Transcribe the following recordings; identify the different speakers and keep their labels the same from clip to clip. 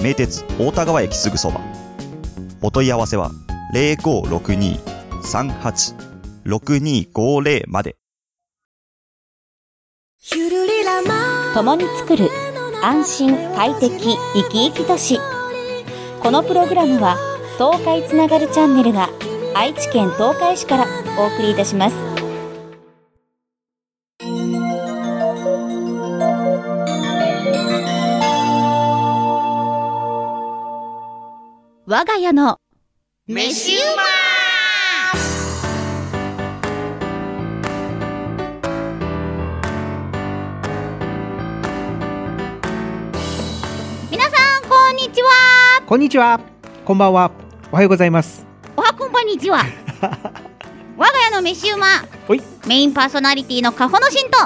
Speaker 1: 名鉄大田川駅すぐそばお問い合わせは0562-38-6250まで
Speaker 2: 共に作る安心快適生き生き都市このプログラムは東海つながるチャンネルが愛知県東海市からお送りいたします我が家の
Speaker 3: 飯うま
Speaker 2: 皆さんこんにちは
Speaker 4: こんにちは。こんばんは。おはようございます。
Speaker 2: おはこんばん にちは我が家の飯うま
Speaker 4: ほい、
Speaker 2: メインパーソナリティのカホノシンと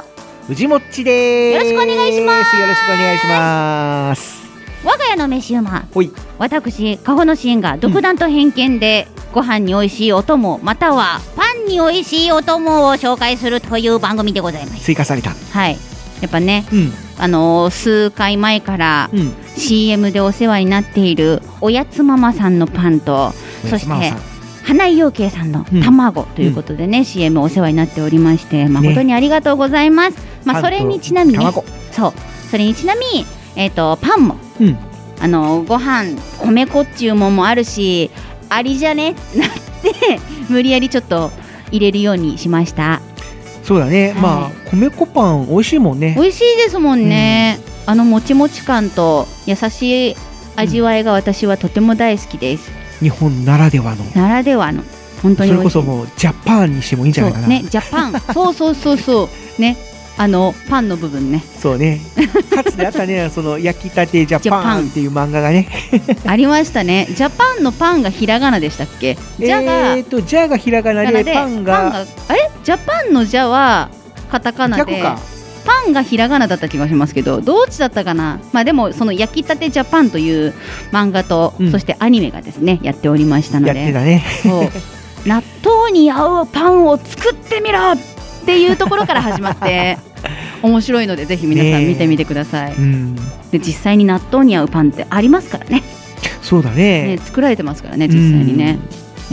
Speaker 4: 藤もっちでーす。
Speaker 2: よろしくお願いします
Speaker 4: よろしくお願いします。
Speaker 2: 我が家の飯うま
Speaker 4: ほい、
Speaker 2: 私カホノシンが独断と偏見で、ご飯に美味しいお供またはパンに美味しいお供を紹介するという番組でございます
Speaker 4: 追加された。
Speaker 2: はいやっぱね
Speaker 4: うん、
Speaker 2: あのー数回前から
Speaker 4: うん。
Speaker 2: CM でお世話になっているおやつママさんのパンとそして
Speaker 4: ママさん
Speaker 2: 花井陽慶さんの卵ということでね、CM お世話になっておりまして誠にありがとうございます、まあ
Speaker 4: パ
Speaker 2: そ
Speaker 4: ンと
Speaker 2: れにちなみに
Speaker 4: 卵。
Speaker 2: そうそれにちなみにえっ、とパンも
Speaker 4: うん。
Speaker 2: あのご飯米粉っちゅうもんもあるしありじゃねなって無理やりちょっと入れるようにしました
Speaker 4: そうだ
Speaker 2: は
Speaker 4: ね。
Speaker 2: い
Speaker 4: まあ米粉パン美味しいもんね
Speaker 2: 美。味しいですもんね、あのもちもち感と優しい味わいが私はとても大好きです、
Speaker 4: 日本ならではの。
Speaker 2: ならではの本当
Speaker 4: そ
Speaker 2: に
Speaker 4: れ
Speaker 2: 美味
Speaker 4: こ
Speaker 2: しい
Speaker 4: そもうジャパンにしてもいいんじゃないか
Speaker 2: そ
Speaker 4: な。
Speaker 2: うねジャパンそうそうそうそうねあのパンの部分 ね
Speaker 4: そうね。かつてあったね、 その焼きたてジャパンっていう漫画がね。
Speaker 2: ありましたねジャパンのパンがひらがなでしたっけジャが、
Speaker 4: えーと、ジャがひらがな
Speaker 2: なの
Speaker 4: で、
Speaker 2: で
Speaker 4: パンが。
Speaker 2: あれジャパンのジャはカタカナ
Speaker 4: 逆
Speaker 2: で
Speaker 4: か。
Speaker 2: パンがひらがなだった気がしますけどどっちだったかなまあでもその焼きたてジャパンという漫画と、
Speaker 4: うん
Speaker 2: そしてアニメがですねやっておりましたの
Speaker 4: やって
Speaker 2: で
Speaker 4: たね。
Speaker 2: そう納豆に合うパンを作ってみろっていうところから始まって 面白いのでぜひ皆さん
Speaker 4: ねえ
Speaker 2: 見てみてください、
Speaker 4: うん。
Speaker 2: で実際に納豆に合うパンってありますからね
Speaker 4: そうだ
Speaker 2: ね
Speaker 4: ね。
Speaker 2: 作られてますからね実際にね、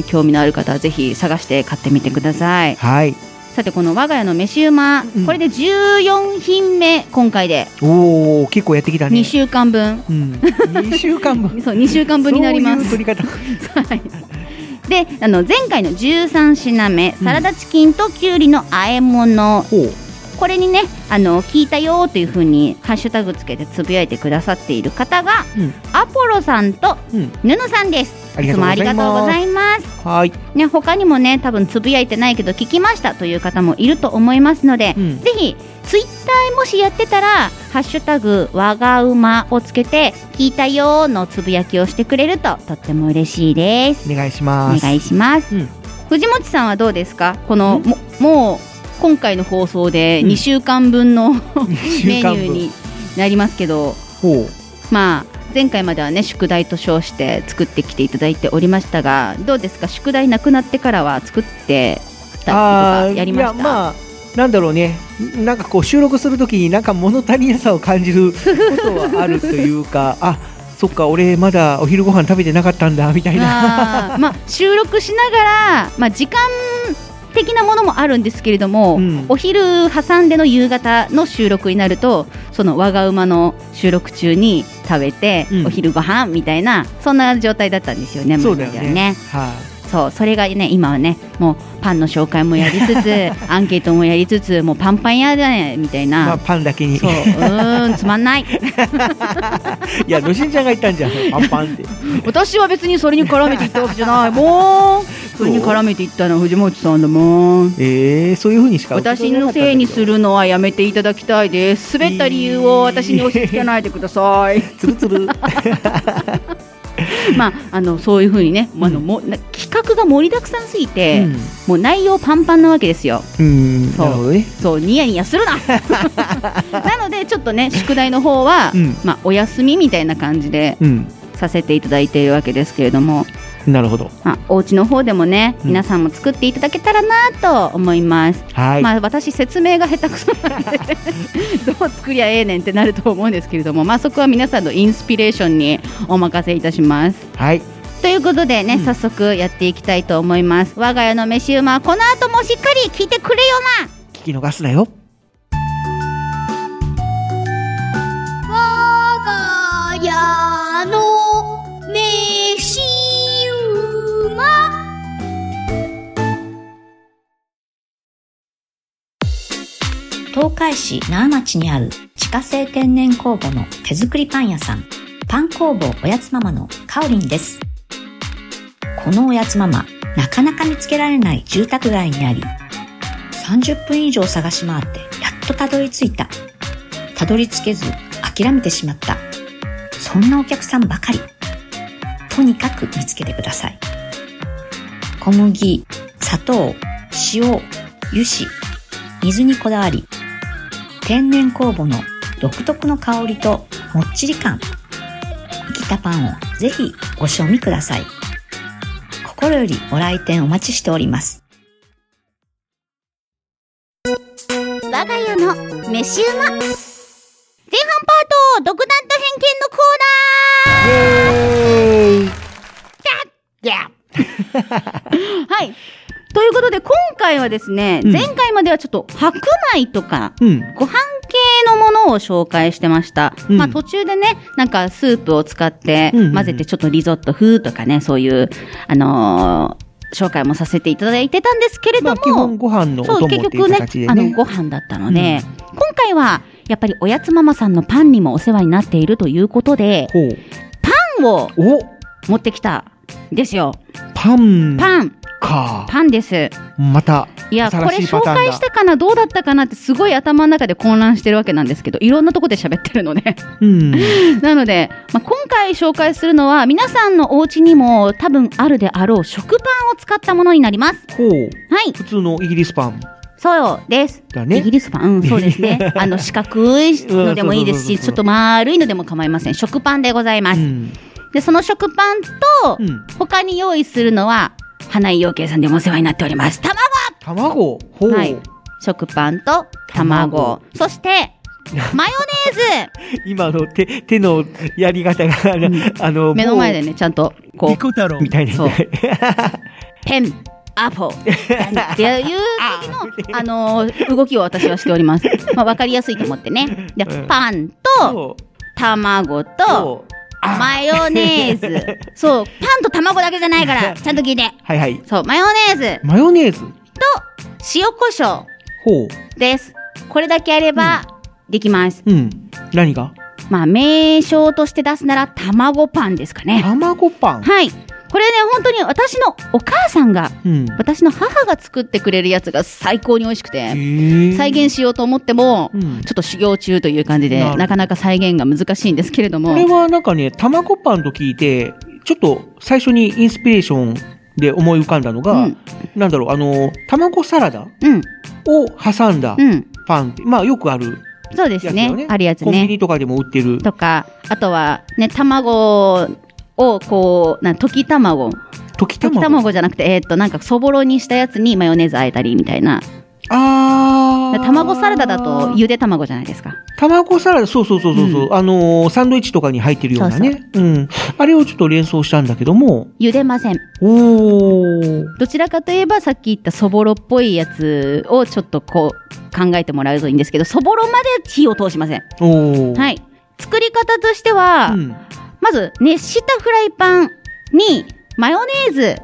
Speaker 2: 興味のある方はぜひ探して買ってみてください
Speaker 4: はい。
Speaker 2: さてこの我が家の飯うま、
Speaker 4: うん
Speaker 2: これで14品目今回で
Speaker 4: おお、結構やってきたね。
Speaker 2: 2週間分、
Speaker 4: うん、2週間分
Speaker 2: そう2週間分になりま
Speaker 4: そ
Speaker 2: す
Speaker 4: ういう取り 方
Speaker 2: はいであの前回の13品目
Speaker 4: うん
Speaker 2: サラダチキンときゅうりの和え物、
Speaker 4: ほう
Speaker 2: これにねあの聞いたよーというふうにハッシュタグつけてつぶやいてくださっている方が、
Speaker 4: うん
Speaker 2: アポロさんと
Speaker 4: うん
Speaker 2: ぬぬさんです、
Speaker 4: あり
Speaker 2: い
Speaker 4: が
Speaker 2: つ
Speaker 4: と
Speaker 2: も
Speaker 4: うござ
Speaker 2: ありが
Speaker 4: い
Speaker 2: とうご
Speaker 4: ま
Speaker 2: ざ
Speaker 4: す
Speaker 2: います
Speaker 4: はい、
Speaker 2: ね他にもね多分つぶやいてないけど聞きましたという方もいると思いますので、
Speaker 4: うん、
Speaker 2: ぜひツイッターもしやってたら「ハッシュタグわが馬」をつけて「聞いたよー」のつぶやきをしてくれるととっても嬉しいです
Speaker 4: お願いし
Speaker 2: お
Speaker 4: ます
Speaker 2: 願いします、
Speaker 4: うん
Speaker 2: 藤本さんはどうですかこの
Speaker 4: ん
Speaker 2: ももう今回の放送で
Speaker 4: うん
Speaker 2: 2週間分の、
Speaker 4: 2
Speaker 2: メ
Speaker 4: 週
Speaker 2: ニュ
Speaker 4: 間
Speaker 2: ー
Speaker 4: 分
Speaker 2: になりますけど
Speaker 4: ほう
Speaker 2: まあ前回まではね宿題と称して作ってきていただいておりましたがどうですか宿題なくなってからは作ってたりとか
Speaker 4: ー
Speaker 2: やりました
Speaker 4: いやまあなんだろうねなんかこう収録するときになんか物足りなさを感じることはあるという かあそっか俺まだお昼ご飯食べてなかったんだみたいな
Speaker 2: あーまあ収録しながら、まあ、時間的なものもあるんですけれども、
Speaker 4: うん
Speaker 2: お昼挟んでの夕方の収録になるとその我が馬の収録中に食べて、
Speaker 4: うん
Speaker 2: お昼ご飯みたいなそんな状態だったんですよね
Speaker 4: そうだよ
Speaker 2: まだね
Speaker 4: ねは
Speaker 2: そうそれがね今はねもうパンの紹介もやりつ つアンケートもやりつつもうパンパンやだねみたい
Speaker 4: い、
Speaker 2: な、
Speaker 4: まあ、パンだけに
Speaker 2: そううーんつまんない
Speaker 4: い やのしんちゃんが言ったんじゃんパンパンって
Speaker 2: 私は別にそれに絡めていったわけじゃないもうそれに絡めていったのは藤本さんだもん
Speaker 4: えー、そういうふうにしか
Speaker 2: 私のせいにするのはやめていただきたいです滑った理由を私に押し付けないでくださ い
Speaker 4: つぶつぶ
Speaker 2: まああのそういうふうにね、あの
Speaker 4: うん
Speaker 2: もうな企画が盛りだくさんすぎて、
Speaker 4: うん
Speaker 2: もう内容パンパンなわけですよ
Speaker 4: うん
Speaker 2: そう
Speaker 4: なるほどね
Speaker 2: そうニヤニヤする な なのでちょっとね宿題の方は、
Speaker 4: うん
Speaker 2: まあ、お休みみたいな感じで
Speaker 4: うん
Speaker 2: させていただいているわけですけれども、
Speaker 4: なるほど
Speaker 2: まあ、お家の方でもね
Speaker 4: うん
Speaker 2: 皆さんも作っていただけたらなと思います、
Speaker 4: はい、
Speaker 2: まあ、私説明が下手くそなんで どう作りゃええねんってなると思うんですけれども、まあ、そこは皆さんのインスピレーションにお任せいたします
Speaker 4: はい
Speaker 2: ということでね、
Speaker 4: うん
Speaker 2: 早速やっていきたいと思います我が家の飯馬はこの後もしっかり聞いてくれよな
Speaker 4: 聞き逃すなよ
Speaker 5: 我が家の飯馬
Speaker 6: 東海市奈良町にある自家製天然酵母の手作りパン屋さん、パン工房おやつママのカオリンです。このおやつママ、なかなか見つけられない住宅街にあり、30分以上探し回ってやっとたどり着いた。たどり着けず諦めてしまった。そんなお客さんばかり。とにかく見つけてください。小麦、砂糖、塩、油脂、水にこだわり、天然酵母の独特の香りともっちり感。生きたパンをぜひご賞味ください。心よりご来店お待ちしております。
Speaker 7: 我が家の飯馬前半パート独断と偏見のコー
Speaker 2: はいということで今回はですね、
Speaker 4: うん
Speaker 2: 前回まではちょっと白米とか
Speaker 4: うん
Speaker 2: ご飯系のものを紹介してました。
Speaker 4: うん
Speaker 2: まあ途中でね、なんかスープを使って
Speaker 4: うんうんうん
Speaker 2: 混ぜてちょっとリゾット風とかね、そういう、あのー紹介もさせていただいてたんですけれ
Speaker 4: ま
Speaker 2: ど
Speaker 4: あ基本
Speaker 2: も、
Speaker 4: ご飯のお
Speaker 2: そう、
Speaker 4: 供って
Speaker 2: 結
Speaker 4: い
Speaker 2: 局
Speaker 4: う
Speaker 2: ね
Speaker 4: 形で
Speaker 2: あの、
Speaker 4: ね
Speaker 2: ご飯だったので、今回は、やっぱりおやつママさんのパンにもお世話になっているということで、
Speaker 4: ほ
Speaker 2: パンを
Speaker 4: うお
Speaker 2: 持ってきたんですよ。
Speaker 4: パン
Speaker 2: パン、
Speaker 4: か
Speaker 2: パンです。
Speaker 4: また
Speaker 2: いや、これ
Speaker 4: 新しいパ
Speaker 2: 紹
Speaker 4: ターンだ
Speaker 2: 介したかな、どうだったかなってすごい頭の中で混乱してるわけなんですけど、いろんなとこで喋ってるので。
Speaker 4: うん
Speaker 2: なので、まあ、今回紹介するのは皆さんのお家にも多分あるであろう食パンを使ったものになります。
Speaker 4: ほう
Speaker 2: はい、
Speaker 4: 普通のイギリスパン
Speaker 2: そうです。
Speaker 4: だ
Speaker 2: イギ
Speaker 4: ね
Speaker 2: リスパン、うん、そうです ね。あの四角いのでもいいです
Speaker 4: う
Speaker 2: し、
Speaker 4: んそうそうそうそう
Speaker 2: ちょっと丸いのでも構いません。食パンでございま
Speaker 4: う
Speaker 2: す。
Speaker 4: ん
Speaker 2: で、その食パンと
Speaker 4: うん
Speaker 2: 他に用意するのは花井養鶏さんでもお世話になっております。卵、
Speaker 4: 卵ほう、
Speaker 2: はい食パンと卵
Speaker 4: 卵、
Speaker 2: そしてマヨネーズ。
Speaker 4: 今の手手のやり方があの,、あの
Speaker 2: 目の前で
Speaker 4: ね
Speaker 2: ね、ちゃんとこう
Speaker 4: ピコ太郎みたいな
Speaker 2: そうペン、アポ、っていう時の、あのー動きを私はしており ます。まあ、わかりやすいと思ってね。で
Speaker 4: うん
Speaker 2: パンと、
Speaker 4: そう
Speaker 2: 卵と、
Speaker 4: そう
Speaker 2: マヨネー ズ。そう、パンと卵だけじゃないから、ちゃんと聞いて。
Speaker 4: はいはい
Speaker 2: そう、マヨネーズ、
Speaker 4: マヨネーズ
Speaker 2: 塩コショウ
Speaker 4: ほう
Speaker 2: です。これだけあれば、できます。
Speaker 4: うん何が
Speaker 2: まあ、名称として出すなら、卵パンですかね。
Speaker 4: 卵パン
Speaker 2: はい。これね、本当に私のお母さんが、
Speaker 4: うん
Speaker 2: 私の母が作ってくれるやつが最高に美味しくて。
Speaker 4: へえ
Speaker 2: 再現しようと思っても、
Speaker 4: うん
Speaker 2: ちょっと修行中という感じ
Speaker 4: なる
Speaker 2: で
Speaker 4: ほ、ど
Speaker 2: なかなか再現が難しいんですけれども
Speaker 4: こ、れはなんかね、卵パンと聞いて、ちょっと最初にインスピレーションで思い浮かんだのが、
Speaker 2: うん
Speaker 4: なんだろう、あの、卵サラダ
Speaker 2: うん、
Speaker 4: を挟んだ
Speaker 2: うん、
Speaker 4: パンって、まあよくある、
Speaker 2: そうです
Speaker 4: やつ
Speaker 2: ね、
Speaker 4: よね
Speaker 2: あるやつ
Speaker 4: コンビ
Speaker 2: ね。
Speaker 4: ニとかでも売ってる。
Speaker 2: とか、あとは、ね、卵をこう、なん溶き卵、
Speaker 4: 溶
Speaker 2: 溶
Speaker 4: き
Speaker 2: き
Speaker 4: 卵。
Speaker 2: 卵じゃなくて、えーっと、なんかそぼろにしたやつにマヨネーズあえたりみたいな。
Speaker 4: あー。
Speaker 2: 卵サラダだとゆで卵じゃないですか。
Speaker 4: 卵サラダ、そうそうそうそうそう、あのーサンドイッチとかに入ってるようなね。うん。あれをちょっと連想したんだけども、
Speaker 2: ゆでません。
Speaker 4: おー。
Speaker 2: どちらかといえばさっき言ったそぼろっぽいやつをちょっとこう考えてもらうといいんですけど、そぼろまで火を通しません。
Speaker 4: おー。。
Speaker 2: はいい。作り方としては、
Speaker 4: うん。
Speaker 2: まず熱したフライパンにマヨネーズ、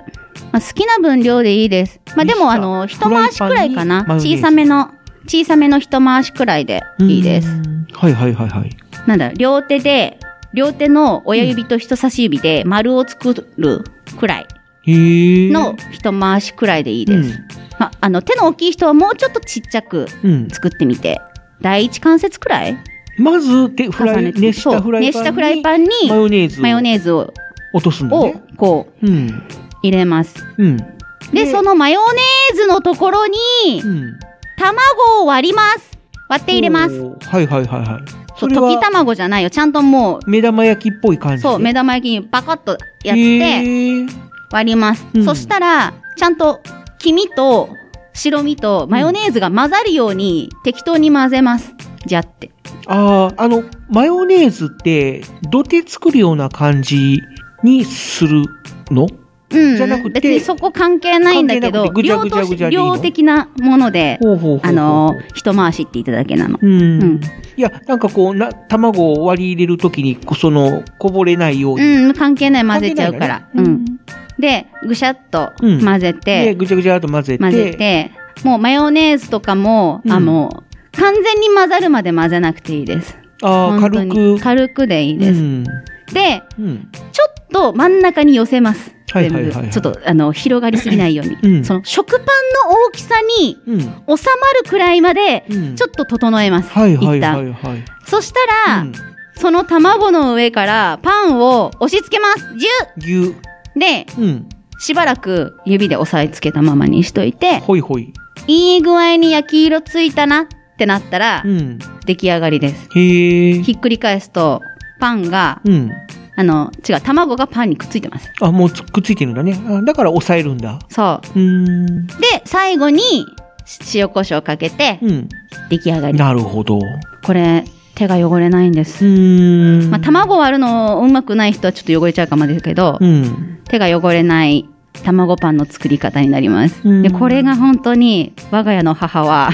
Speaker 2: まあ、好きな分量でいいです。まあ、でもあの
Speaker 4: 熱し
Speaker 2: 一
Speaker 4: た
Speaker 2: 回しくらいかな
Speaker 4: フライパンにマヨネーズ
Speaker 2: 小さめの小さめの一回しくらいでいいです。
Speaker 4: うん。はいはいはいはい。
Speaker 2: なんだ両手で両手の親指と人差し指で丸を作るくらい
Speaker 4: へえ。
Speaker 2: の一回しくらいでいいです。
Speaker 4: う
Speaker 2: まあの手の大きい人はもうちょっとちっちゃく
Speaker 4: ん。うん。
Speaker 2: 作ってみて、第一関節くらい
Speaker 4: まず、で、フラ
Speaker 2: 重
Speaker 4: イ、
Speaker 2: ねて
Speaker 4: 熱し
Speaker 2: そ
Speaker 4: た
Speaker 2: う
Speaker 4: フライパンに。
Speaker 2: 熱したフライパンに
Speaker 4: マヨネーズ。
Speaker 2: マヨネーズを
Speaker 4: 落とすんだ
Speaker 2: を
Speaker 4: ね。
Speaker 2: こう
Speaker 4: うん。
Speaker 2: 入れます。
Speaker 4: うん。
Speaker 2: で、そのマヨネーズのところに
Speaker 4: うん。
Speaker 2: 卵を割ります。割って入れます。
Speaker 4: おー。はいはいはいはい。
Speaker 2: そ
Speaker 4: そうれ
Speaker 2: 溶き
Speaker 4: は、
Speaker 2: 卵じゃないよ。ちゃんとも
Speaker 4: 目玉焼きっぽい感
Speaker 2: う、
Speaker 4: じ。
Speaker 2: そう、目
Speaker 4: 玉
Speaker 2: 玉焼きにパカッとやって割ります。
Speaker 4: うん
Speaker 2: そしたら、ちゃんと黄身と白身とマヨネーズが混ざるように適当に混ぜます。じゃって。
Speaker 4: ああ、あの、マヨネーズって、土手作るような感じにするの
Speaker 2: うん、
Speaker 4: じゃなくて
Speaker 2: 別にそこ関係ないんだけど、
Speaker 4: 関係な
Speaker 2: 量
Speaker 4: くてぐちゃぐちゃぐちゃでいいの
Speaker 2: 量的なもので、
Speaker 4: ほうほうほうほう。
Speaker 2: あの、一回しっていただけなの。
Speaker 4: うん、
Speaker 2: うん
Speaker 4: いや、なんかこう、な、卵を割り入れるときに、こその、こぼれないように。
Speaker 2: うん、関係ない、混ぜちゃうから。
Speaker 4: 関係ない
Speaker 2: うん。で、ぐしゃっと
Speaker 4: うん
Speaker 2: 混ぜ
Speaker 4: で、
Speaker 2: て、
Speaker 4: ぐちゃぐちゃっと混ぜて。
Speaker 2: 混ぜて、もうマヨネーズとかも、
Speaker 4: うん
Speaker 2: あ、もう、完全に混ざるまで混ぜなくていいです。
Speaker 4: ああ、
Speaker 2: 本当
Speaker 4: 軽
Speaker 2: に
Speaker 4: く。
Speaker 2: 軽くでいいです。
Speaker 4: うん。
Speaker 2: で、
Speaker 4: うん。
Speaker 2: ちょっと真ん中に寄せます。
Speaker 4: はい
Speaker 2: 全
Speaker 4: はいはい
Speaker 2: 部。
Speaker 4: はい
Speaker 2: ちょっと、あの、広がりすぎないように。
Speaker 4: うん
Speaker 2: その、食パンの大きさに
Speaker 4: うん。
Speaker 2: 収まるくらいまで、
Speaker 4: うん
Speaker 2: ちょっと整えます。
Speaker 4: はいはい
Speaker 2: 一
Speaker 4: は
Speaker 2: 旦。
Speaker 4: いはい。
Speaker 2: そしたら、
Speaker 4: うん
Speaker 2: その卵の上からパンを押し付けます。ジ
Speaker 4: 牛。
Speaker 2: ュッで、
Speaker 4: うん。
Speaker 2: しばらく指で押さえつけたままにしといて、
Speaker 4: ほいほい。
Speaker 2: いい具合に焼き色ついたなってなったら
Speaker 4: う、ん。
Speaker 2: 出来上がりです。
Speaker 4: へえ。
Speaker 2: ひっくり返すと、パンが、
Speaker 4: うん。
Speaker 2: あの、違う、卵がパンにくっついてます。
Speaker 4: あ、もうつくっついてるんだね。あだから押さえるんだ。
Speaker 2: そう
Speaker 4: ーん。
Speaker 2: う。で、最後に、し塩コショウかけて、
Speaker 4: うん。
Speaker 2: 出来上がり。
Speaker 4: なるほど。う
Speaker 2: これ、手が汚れないんです。
Speaker 4: ーん。
Speaker 2: まあ、卵割るのうまくない人はちょっと汚れちゃうかもですけど、
Speaker 4: うん。
Speaker 2: 手が汚れない卵パンの作り方になります。
Speaker 4: うん
Speaker 2: で、これが本当に我が家の母は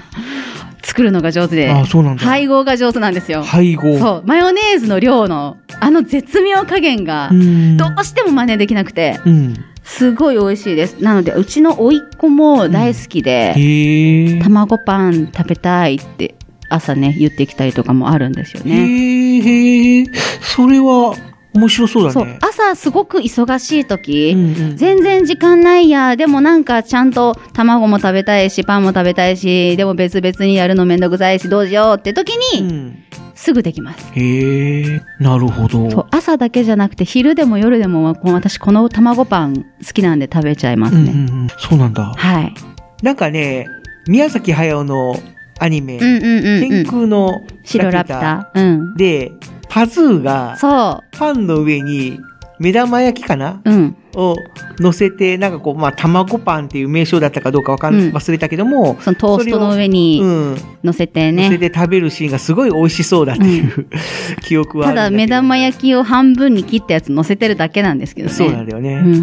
Speaker 2: 作るのが上手で
Speaker 4: あ、そうなんだ。
Speaker 2: 配合が上手なんですよ。
Speaker 4: 配合。
Speaker 2: そう、マヨネーズの量のあの絶妙加減が
Speaker 4: うーん。
Speaker 2: どうしても真似できなくて、
Speaker 4: うん。
Speaker 2: すごい美味しいです。なので、うちの甥っ子も大好きで、
Speaker 4: へえ。
Speaker 2: 卵パン食べたいって朝ね、言ってきたりとかもあるんですよね。
Speaker 4: へえ。それは、面白そう
Speaker 2: そ
Speaker 4: だ
Speaker 2: う
Speaker 4: ね。、
Speaker 2: 朝すごく忙しい時、
Speaker 4: うんうん
Speaker 2: 全然時間ないや。でもなんかちゃんと卵も食べたいし、パンも食べたいし、でも別々にやるのめんどくさいし、どうしようって時
Speaker 4: う
Speaker 2: に、
Speaker 4: ん。
Speaker 2: すぐできます。
Speaker 4: へえ。なるほど。
Speaker 2: そう、朝だけじゃなくて、昼でも夜でも、こう私この卵パン好きなんで食べちゃいます
Speaker 4: うん
Speaker 2: ね。
Speaker 4: うんうん。そうなんだ。
Speaker 2: はい。
Speaker 4: なんかね、宮崎駿のアニメ、
Speaker 2: うんうんうんう
Speaker 4: 天
Speaker 2: ん。
Speaker 4: 空の
Speaker 2: 白ラピュタ。うん。
Speaker 4: で、パズーが
Speaker 2: そ
Speaker 4: パンの上に目玉焼きかな
Speaker 2: う。うん。
Speaker 4: を乗せて、なんかこう、まあ、卵パンっていう名称だったかどうかわかん、
Speaker 2: うん
Speaker 4: 忘れたけども、
Speaker 2: そのトーストの上に
Speaker 4: うん。
Speaker 2: 乗せて
Speaker 4: 乗せ
Speaker 2: ね。
Speaker 4: て食べるシーンがすごい美味しそうだっていう、 記憶はあ
Speaker 2: た
Speaker 4: るんだ
Speaker 2: だ
Speaker 4: けど。
Speaker 2: 目玉焼きを半分に切ったやつ乗せてるだけなんですけどね。
Speaker 4: そうなんだよね。
Speaker 2: うん
Speaker 4: う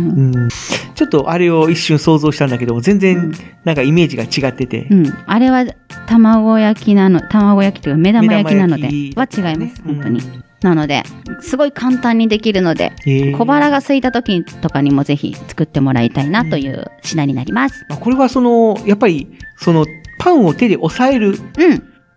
Speaker 4: んちょっとあれを一瞬想像したんだけど、全
Speaker 2: うん
Speaker 4: 然なんかイメージが違ってて。
Speaker 2: うん、あれは卵焼きなの、卵焼きというか目玉焼きなので、
Speaker 4: 目玉
Speaker 2: は
Speaker 4: 焼き
Speaker 2: 違います、
Speaker 4: うん
Speaker 2: 本当に。なので、すごい簡単にできるので、
Speaker 4: へー
Speaker 2: 小腹が空いた時とかにもぜひ作ってもらいたいなという品になります。
Speaker 4: まあこれはその、やっぱり、その、パンを手で押さえる
Speaker 2: うん。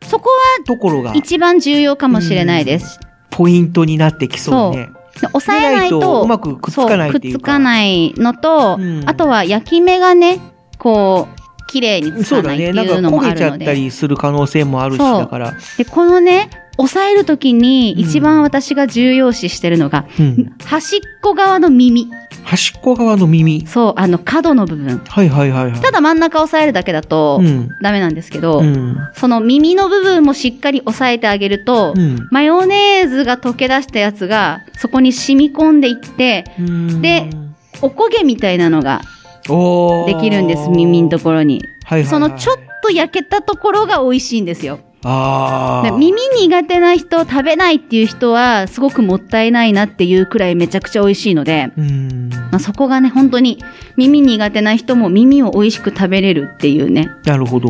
Speaker 2: そこ
Speaker 4: ところが
Speaker 2: は一番重要かもしれないです。
Speaker 4: ポイントになってきそうだね。
Speaker 2: で抑えない
Speaker 4: で
Speaker 2: と、
Speaker 4: うまくくっつかない
Speaker 2: そう
Speaker 4: っ
Speaker 2: く
Speaker 4: てい
Speaker 2: っ
Speaker 4: う
Speaker 2: つ
Speaker 4: か。
Speaker 2: かないのと、
Speaker 4: うん
Speaker 2: あとは焼き目がね、こう、綺麗につ
Speaker 4: そ
Speaker 2: か
Speaker 4: う
Speaker 2: な
Speaker 4: だ
Speaker 2: いって
Speaker 4: ね。なんか
Speaker 2: いうのもあ
Speaker 4: 焦げち
Speaker 2: る
Speaker 4: ゃ
Speaker 2: の
Speaker 4: っ
Speaker 2: で。
Speaker 4: たりする可能性もあるし、
Speaker 2: そう
Speaker 4: だから。
Speaker 2: で、このね、抑えるときに
Speaker 4: うん
Speaker 2: 一番私が重要視してるのが、
Speaker 4: うん。
Speaker 2: 端っこ側の耳。
Speaker 4: 端っこ側の耳。
Speaker 2: そう、あの角の部分。
Speaker 4: はいはいはいはい。
Speaker 2: ただ真ん中押さえるだけだと
Speaker 4: うん。
Speaker 2: ダメなんですけど、
Speaker 4: うん。
Speaker 2: その耳の部分もしっかり押さえてあげると、
Speaker 4: うん
Speaker 2: マヨネーズが溶け出したやつがそこに染み込んでいって、
Speaker 4: うん。
Speaker 2: でおこげみたいなのが
Speaker 4: お
Speaker 2: で
Speaker 4: ー、
Speaker 2: きるんです、耳のところに。
Speaker 4: はいはいはい
Speaker 2: そのちょっと焼けたところが美味しいんですよ。だ
Speaker 4: ああ。
Speaker 2: から耳苦手な人、食べないっていう人は、すごくもったいないなっていうくらいめちゃくちゃ美味しいので、
Speaker 4: うん。
Speaker 2: まあ、そこがね、本当に耳苦手な人も耳を美味しく食べれるっていうね、
Speaker 4: なるほど。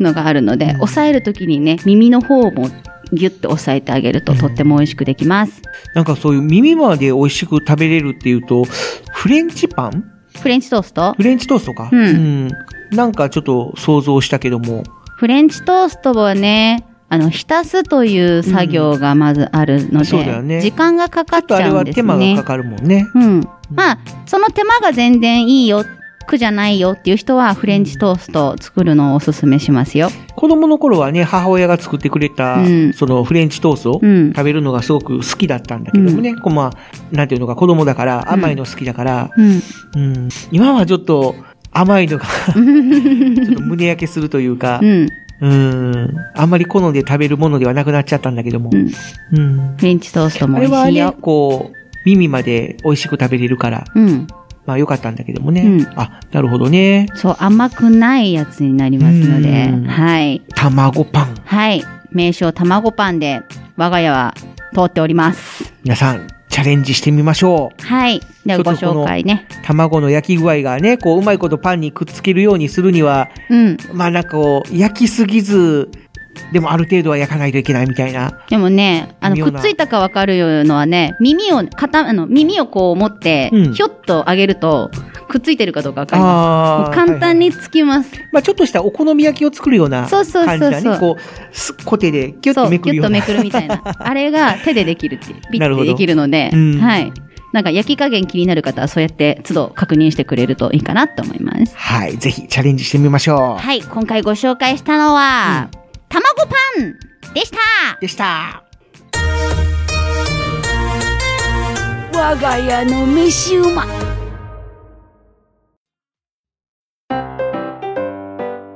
Speaker 2: のがあるので、
Speaker 4: うん
Speaker 2: 押さえるときにね、耳の方もギュッと押さえてあげると
Speaker 4: うん
Speaker 2: とっても美味しくできます。
Speaker 4: なんかそういう耳まで美味しく食べれるっていうと、フレンチパン
Speaker 2: フレンチトースト
Speaker 4: フレンチトーストか。
Speaker 2: うん
Speaker 4: うんなんかちょっと想像したけども。
Speaker 2: フレンチトーストはね、あの、浸すという作業がまずあるので、
Speaker 4: うんそうだよね
Speaker 2: 時間がかかっ
Speaker 4: ちょっ
Speaker 2: ち
Speaker 4: とあれ
Speaker 2: ゃう
Speaker 4: は
Speaker 2: んですね。
Speaker 4: 手間がかかるもんね。
Speaker 2: うん。まあ、その手間が全然いいよ、苦じゃないよっていう人はフレンチトーストを作るのをおすすめしますよ。
Speaker 4: 子供の頃はね、母親が作ってくれた、
Speaker 2: うん
Speaker 4: そのフレンチトーストを
Speaker 2: うん
Speaker 4: 食べるのがすごく好きだったんだけどもね、こうまあ、なんていうのか子供だから甘いの好きだから、
Speaker 2: うん。
Speaker 4: うん今はちょっと甘いのが ちょっと胸焼けするというか
Speaker 2: う、ん。
Speaker 4: うん、あんまり好んで食べるものではなくなっちゃったんだけども、
Speaker 2: うん
Speaker 4: うん。
Speaker 2: フレンチトーストも
Speaker 4: あ
Speaker 2: 美味
Speaker 4: れは
Speaker 2: しい
Speaker 4: ね
Speaker 2: よ。、
Speaker 4: こう、耳まで美味しく食べれるから、
Speaker 2: うん。
Speaker 4: まあ良かったんだけどもね。
Speaker 2: うん
Speaker 4: あ、なるほどね。
Speaker 2: そう、甘くないやつになりますので
Speaker 4: うん、
Speaker 2: はい。
Speaker 4: 卵パン。
Speaker 2: はい。名称、卵パンで、我が家は通っております。
Speaker 4: 皆さん、チャレンジしてみましょう。
Speaker 2: はい。では
Speaker 4: ちょ
Speaker 2: ご
Speaker 4: っとこの
Speaker 2: 紹介ね。
Speaker 4: 卵の焼き具合がね、こう、うまいことパンにくっつけるようにするには、
Speaker 2: うん。
Speaker 4: まあなんかこう、焼きすぎず、でもある程度は焼かないといけないみたいな。
Speaker 2: でもね、あ
Speaker 4: 微
Speaker 2: の、
Speaker 4: 妙
Speaker 2: く
Speaker 4: な
Speaker 2: っついたかわかるのはね、耳を、肩、あの、耳をこう持って、
Speaker 4: うん
Speaker 2: ひょっと上げると、くっついてるかどうかわかります。も
Speaker 4: あ
Speaker 2: う簡
Speaker 4: ー
Speaker 2: 単
Speaker 4: はいはい
Speaker 2: につきます。
Speaker 4: まあちょっとしたお好み焼きを作るような
Speaker 2: そ
Speaker 4: 感
Speaker 2: う
Speaker 4: じ
Speaker 2: そうそうそう
Speaker 4: だね。こう、すコテでキュッ
Speaker 2: そ
Speaker 4: と
Speaker 2: う、
Speaker 4: めく
Speaker 2: ぎ
Speaker 4: る
Speaker 2: ゅっ
Speaker 4: よう
Speaker 2: と
Speaker 4: な
Speaker 2: め。くるみた いな。あれが手でできるっていう、ピ
Speaker 4: なる
Speaker 2: ッ
Speaker 4: ほ
Speaker 2: て
Speaker 4: ど
Speaker 2: できるので、
Speaker 4: うん
Speaker 2: はい。なんか焼き加減気になる方は、そうやって都度確認してくれるといいかなと思います。
Speaker 4: はい、ぜひチャレンジしてみましょう。
Speaker 2: はい、今回ご紹介したのは、卵パンでした
Speaker 4: でした。
Speaker 8: 我が家の飯馬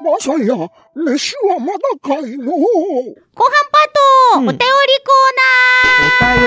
Speaker 9: まさや、飯はまだかいの
Speaker 2: ご飯
Speaker 9: う。
Speaker 2: パート、
Speaker 4: うん
Speaker 2: お便りコ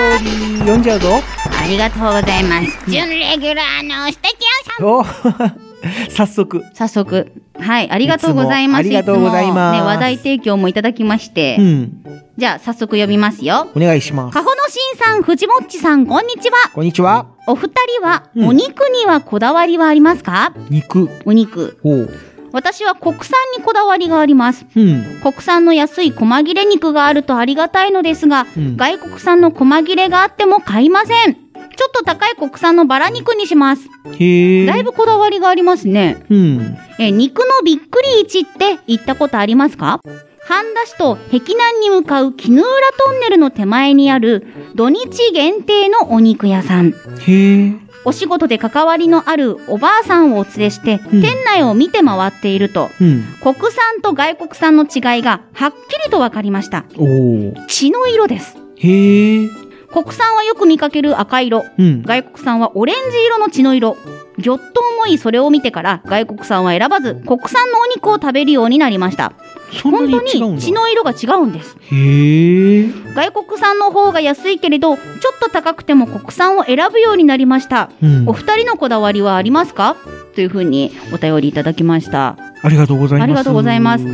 Speaker 2: ー
Speaker 4: お便り読んじゃうぞ。
Speaker 2: ナーありがとうございます。準レギュラーのステキさん
Speaker 4: お 早速。
Speaker 2: 早速、はい、ありがとうございます。
Speaker 4: いつもありがとうございます
Speaker 2: つもね、話題提供もいただきまして、
Speaker 4: うん。
Speaker 2: じゃあ早速読みますよ。
Speaker 4: お願いします。
Speaker 2: カホのしんさん、藤もっちさん、こんにちは。
Speaker 4: こんにちは。
Speaker 2: お二人は、
Speaker 4: うん
Speaker 2: お肉にはこだわりはありますか
Speaker 4: 肉。
Speaker 2: お肉。
Speaker 4: おう。
Speaker 2: 私は国産にこだわりがあります。
Speaker 4: うん。
Speaker 2: 国産の安い細切れ肉があるとありがたいのですが、
Speaker 4: うん
Speaker 2: 外国産の細切れがあっても買いません。ちょっと高い国産のバラ肉にします。
Speaker 4: へえ。
Speaker 2: だいぶこだわりがありますね。
Speaker 4: うん。
Speaker 2: えー肉のびっくり市って行ったことありますか半田市と碧南に向かう絹浦トンネルの手前にある土日限定のお肉屋さん。
Speaker 4: へえ。
Speaker 2: お仕事で関わりのあるおばあさんをお連れして、
Speaker 4: うん
Speaker 2: 店内を見て回っていると、
Speaker 4: うん。
Speaker 2: 国産と外国産の違いがはっきりと分かりました。
Speaker 4: おう。
Speaker 2: 血の色です。
Speaker 4: へえ。
Speaker 2: 国産はよく見かける赤色、
Speaker 4: うん。
Speaker 2: 外国産はオレンジ色の血の色。ぎょっと思いそれを見てから外国産は選ばず国産のお肉を食べるようになりました。
Speaker 4: そんな
Speaker 2: 本
Speaker 4: に
Speaker 2: 当
Speaker 4: 違うん
Speaker 2: に
Speaker 4: だ。
Speaker 2: 血の色が違うんです。
Speaker 4: へえ。
Speaker 2: 外国産の方が安いけれど、ちょっと高くても国産を選ぶようになりました。
Speaker 4: うん
Speaker 2: お。二人のこだわりはありますかというふうにお便りいただきました。
Speaker 4: ありがとうございます。
Speaker 2: ありがとうございます。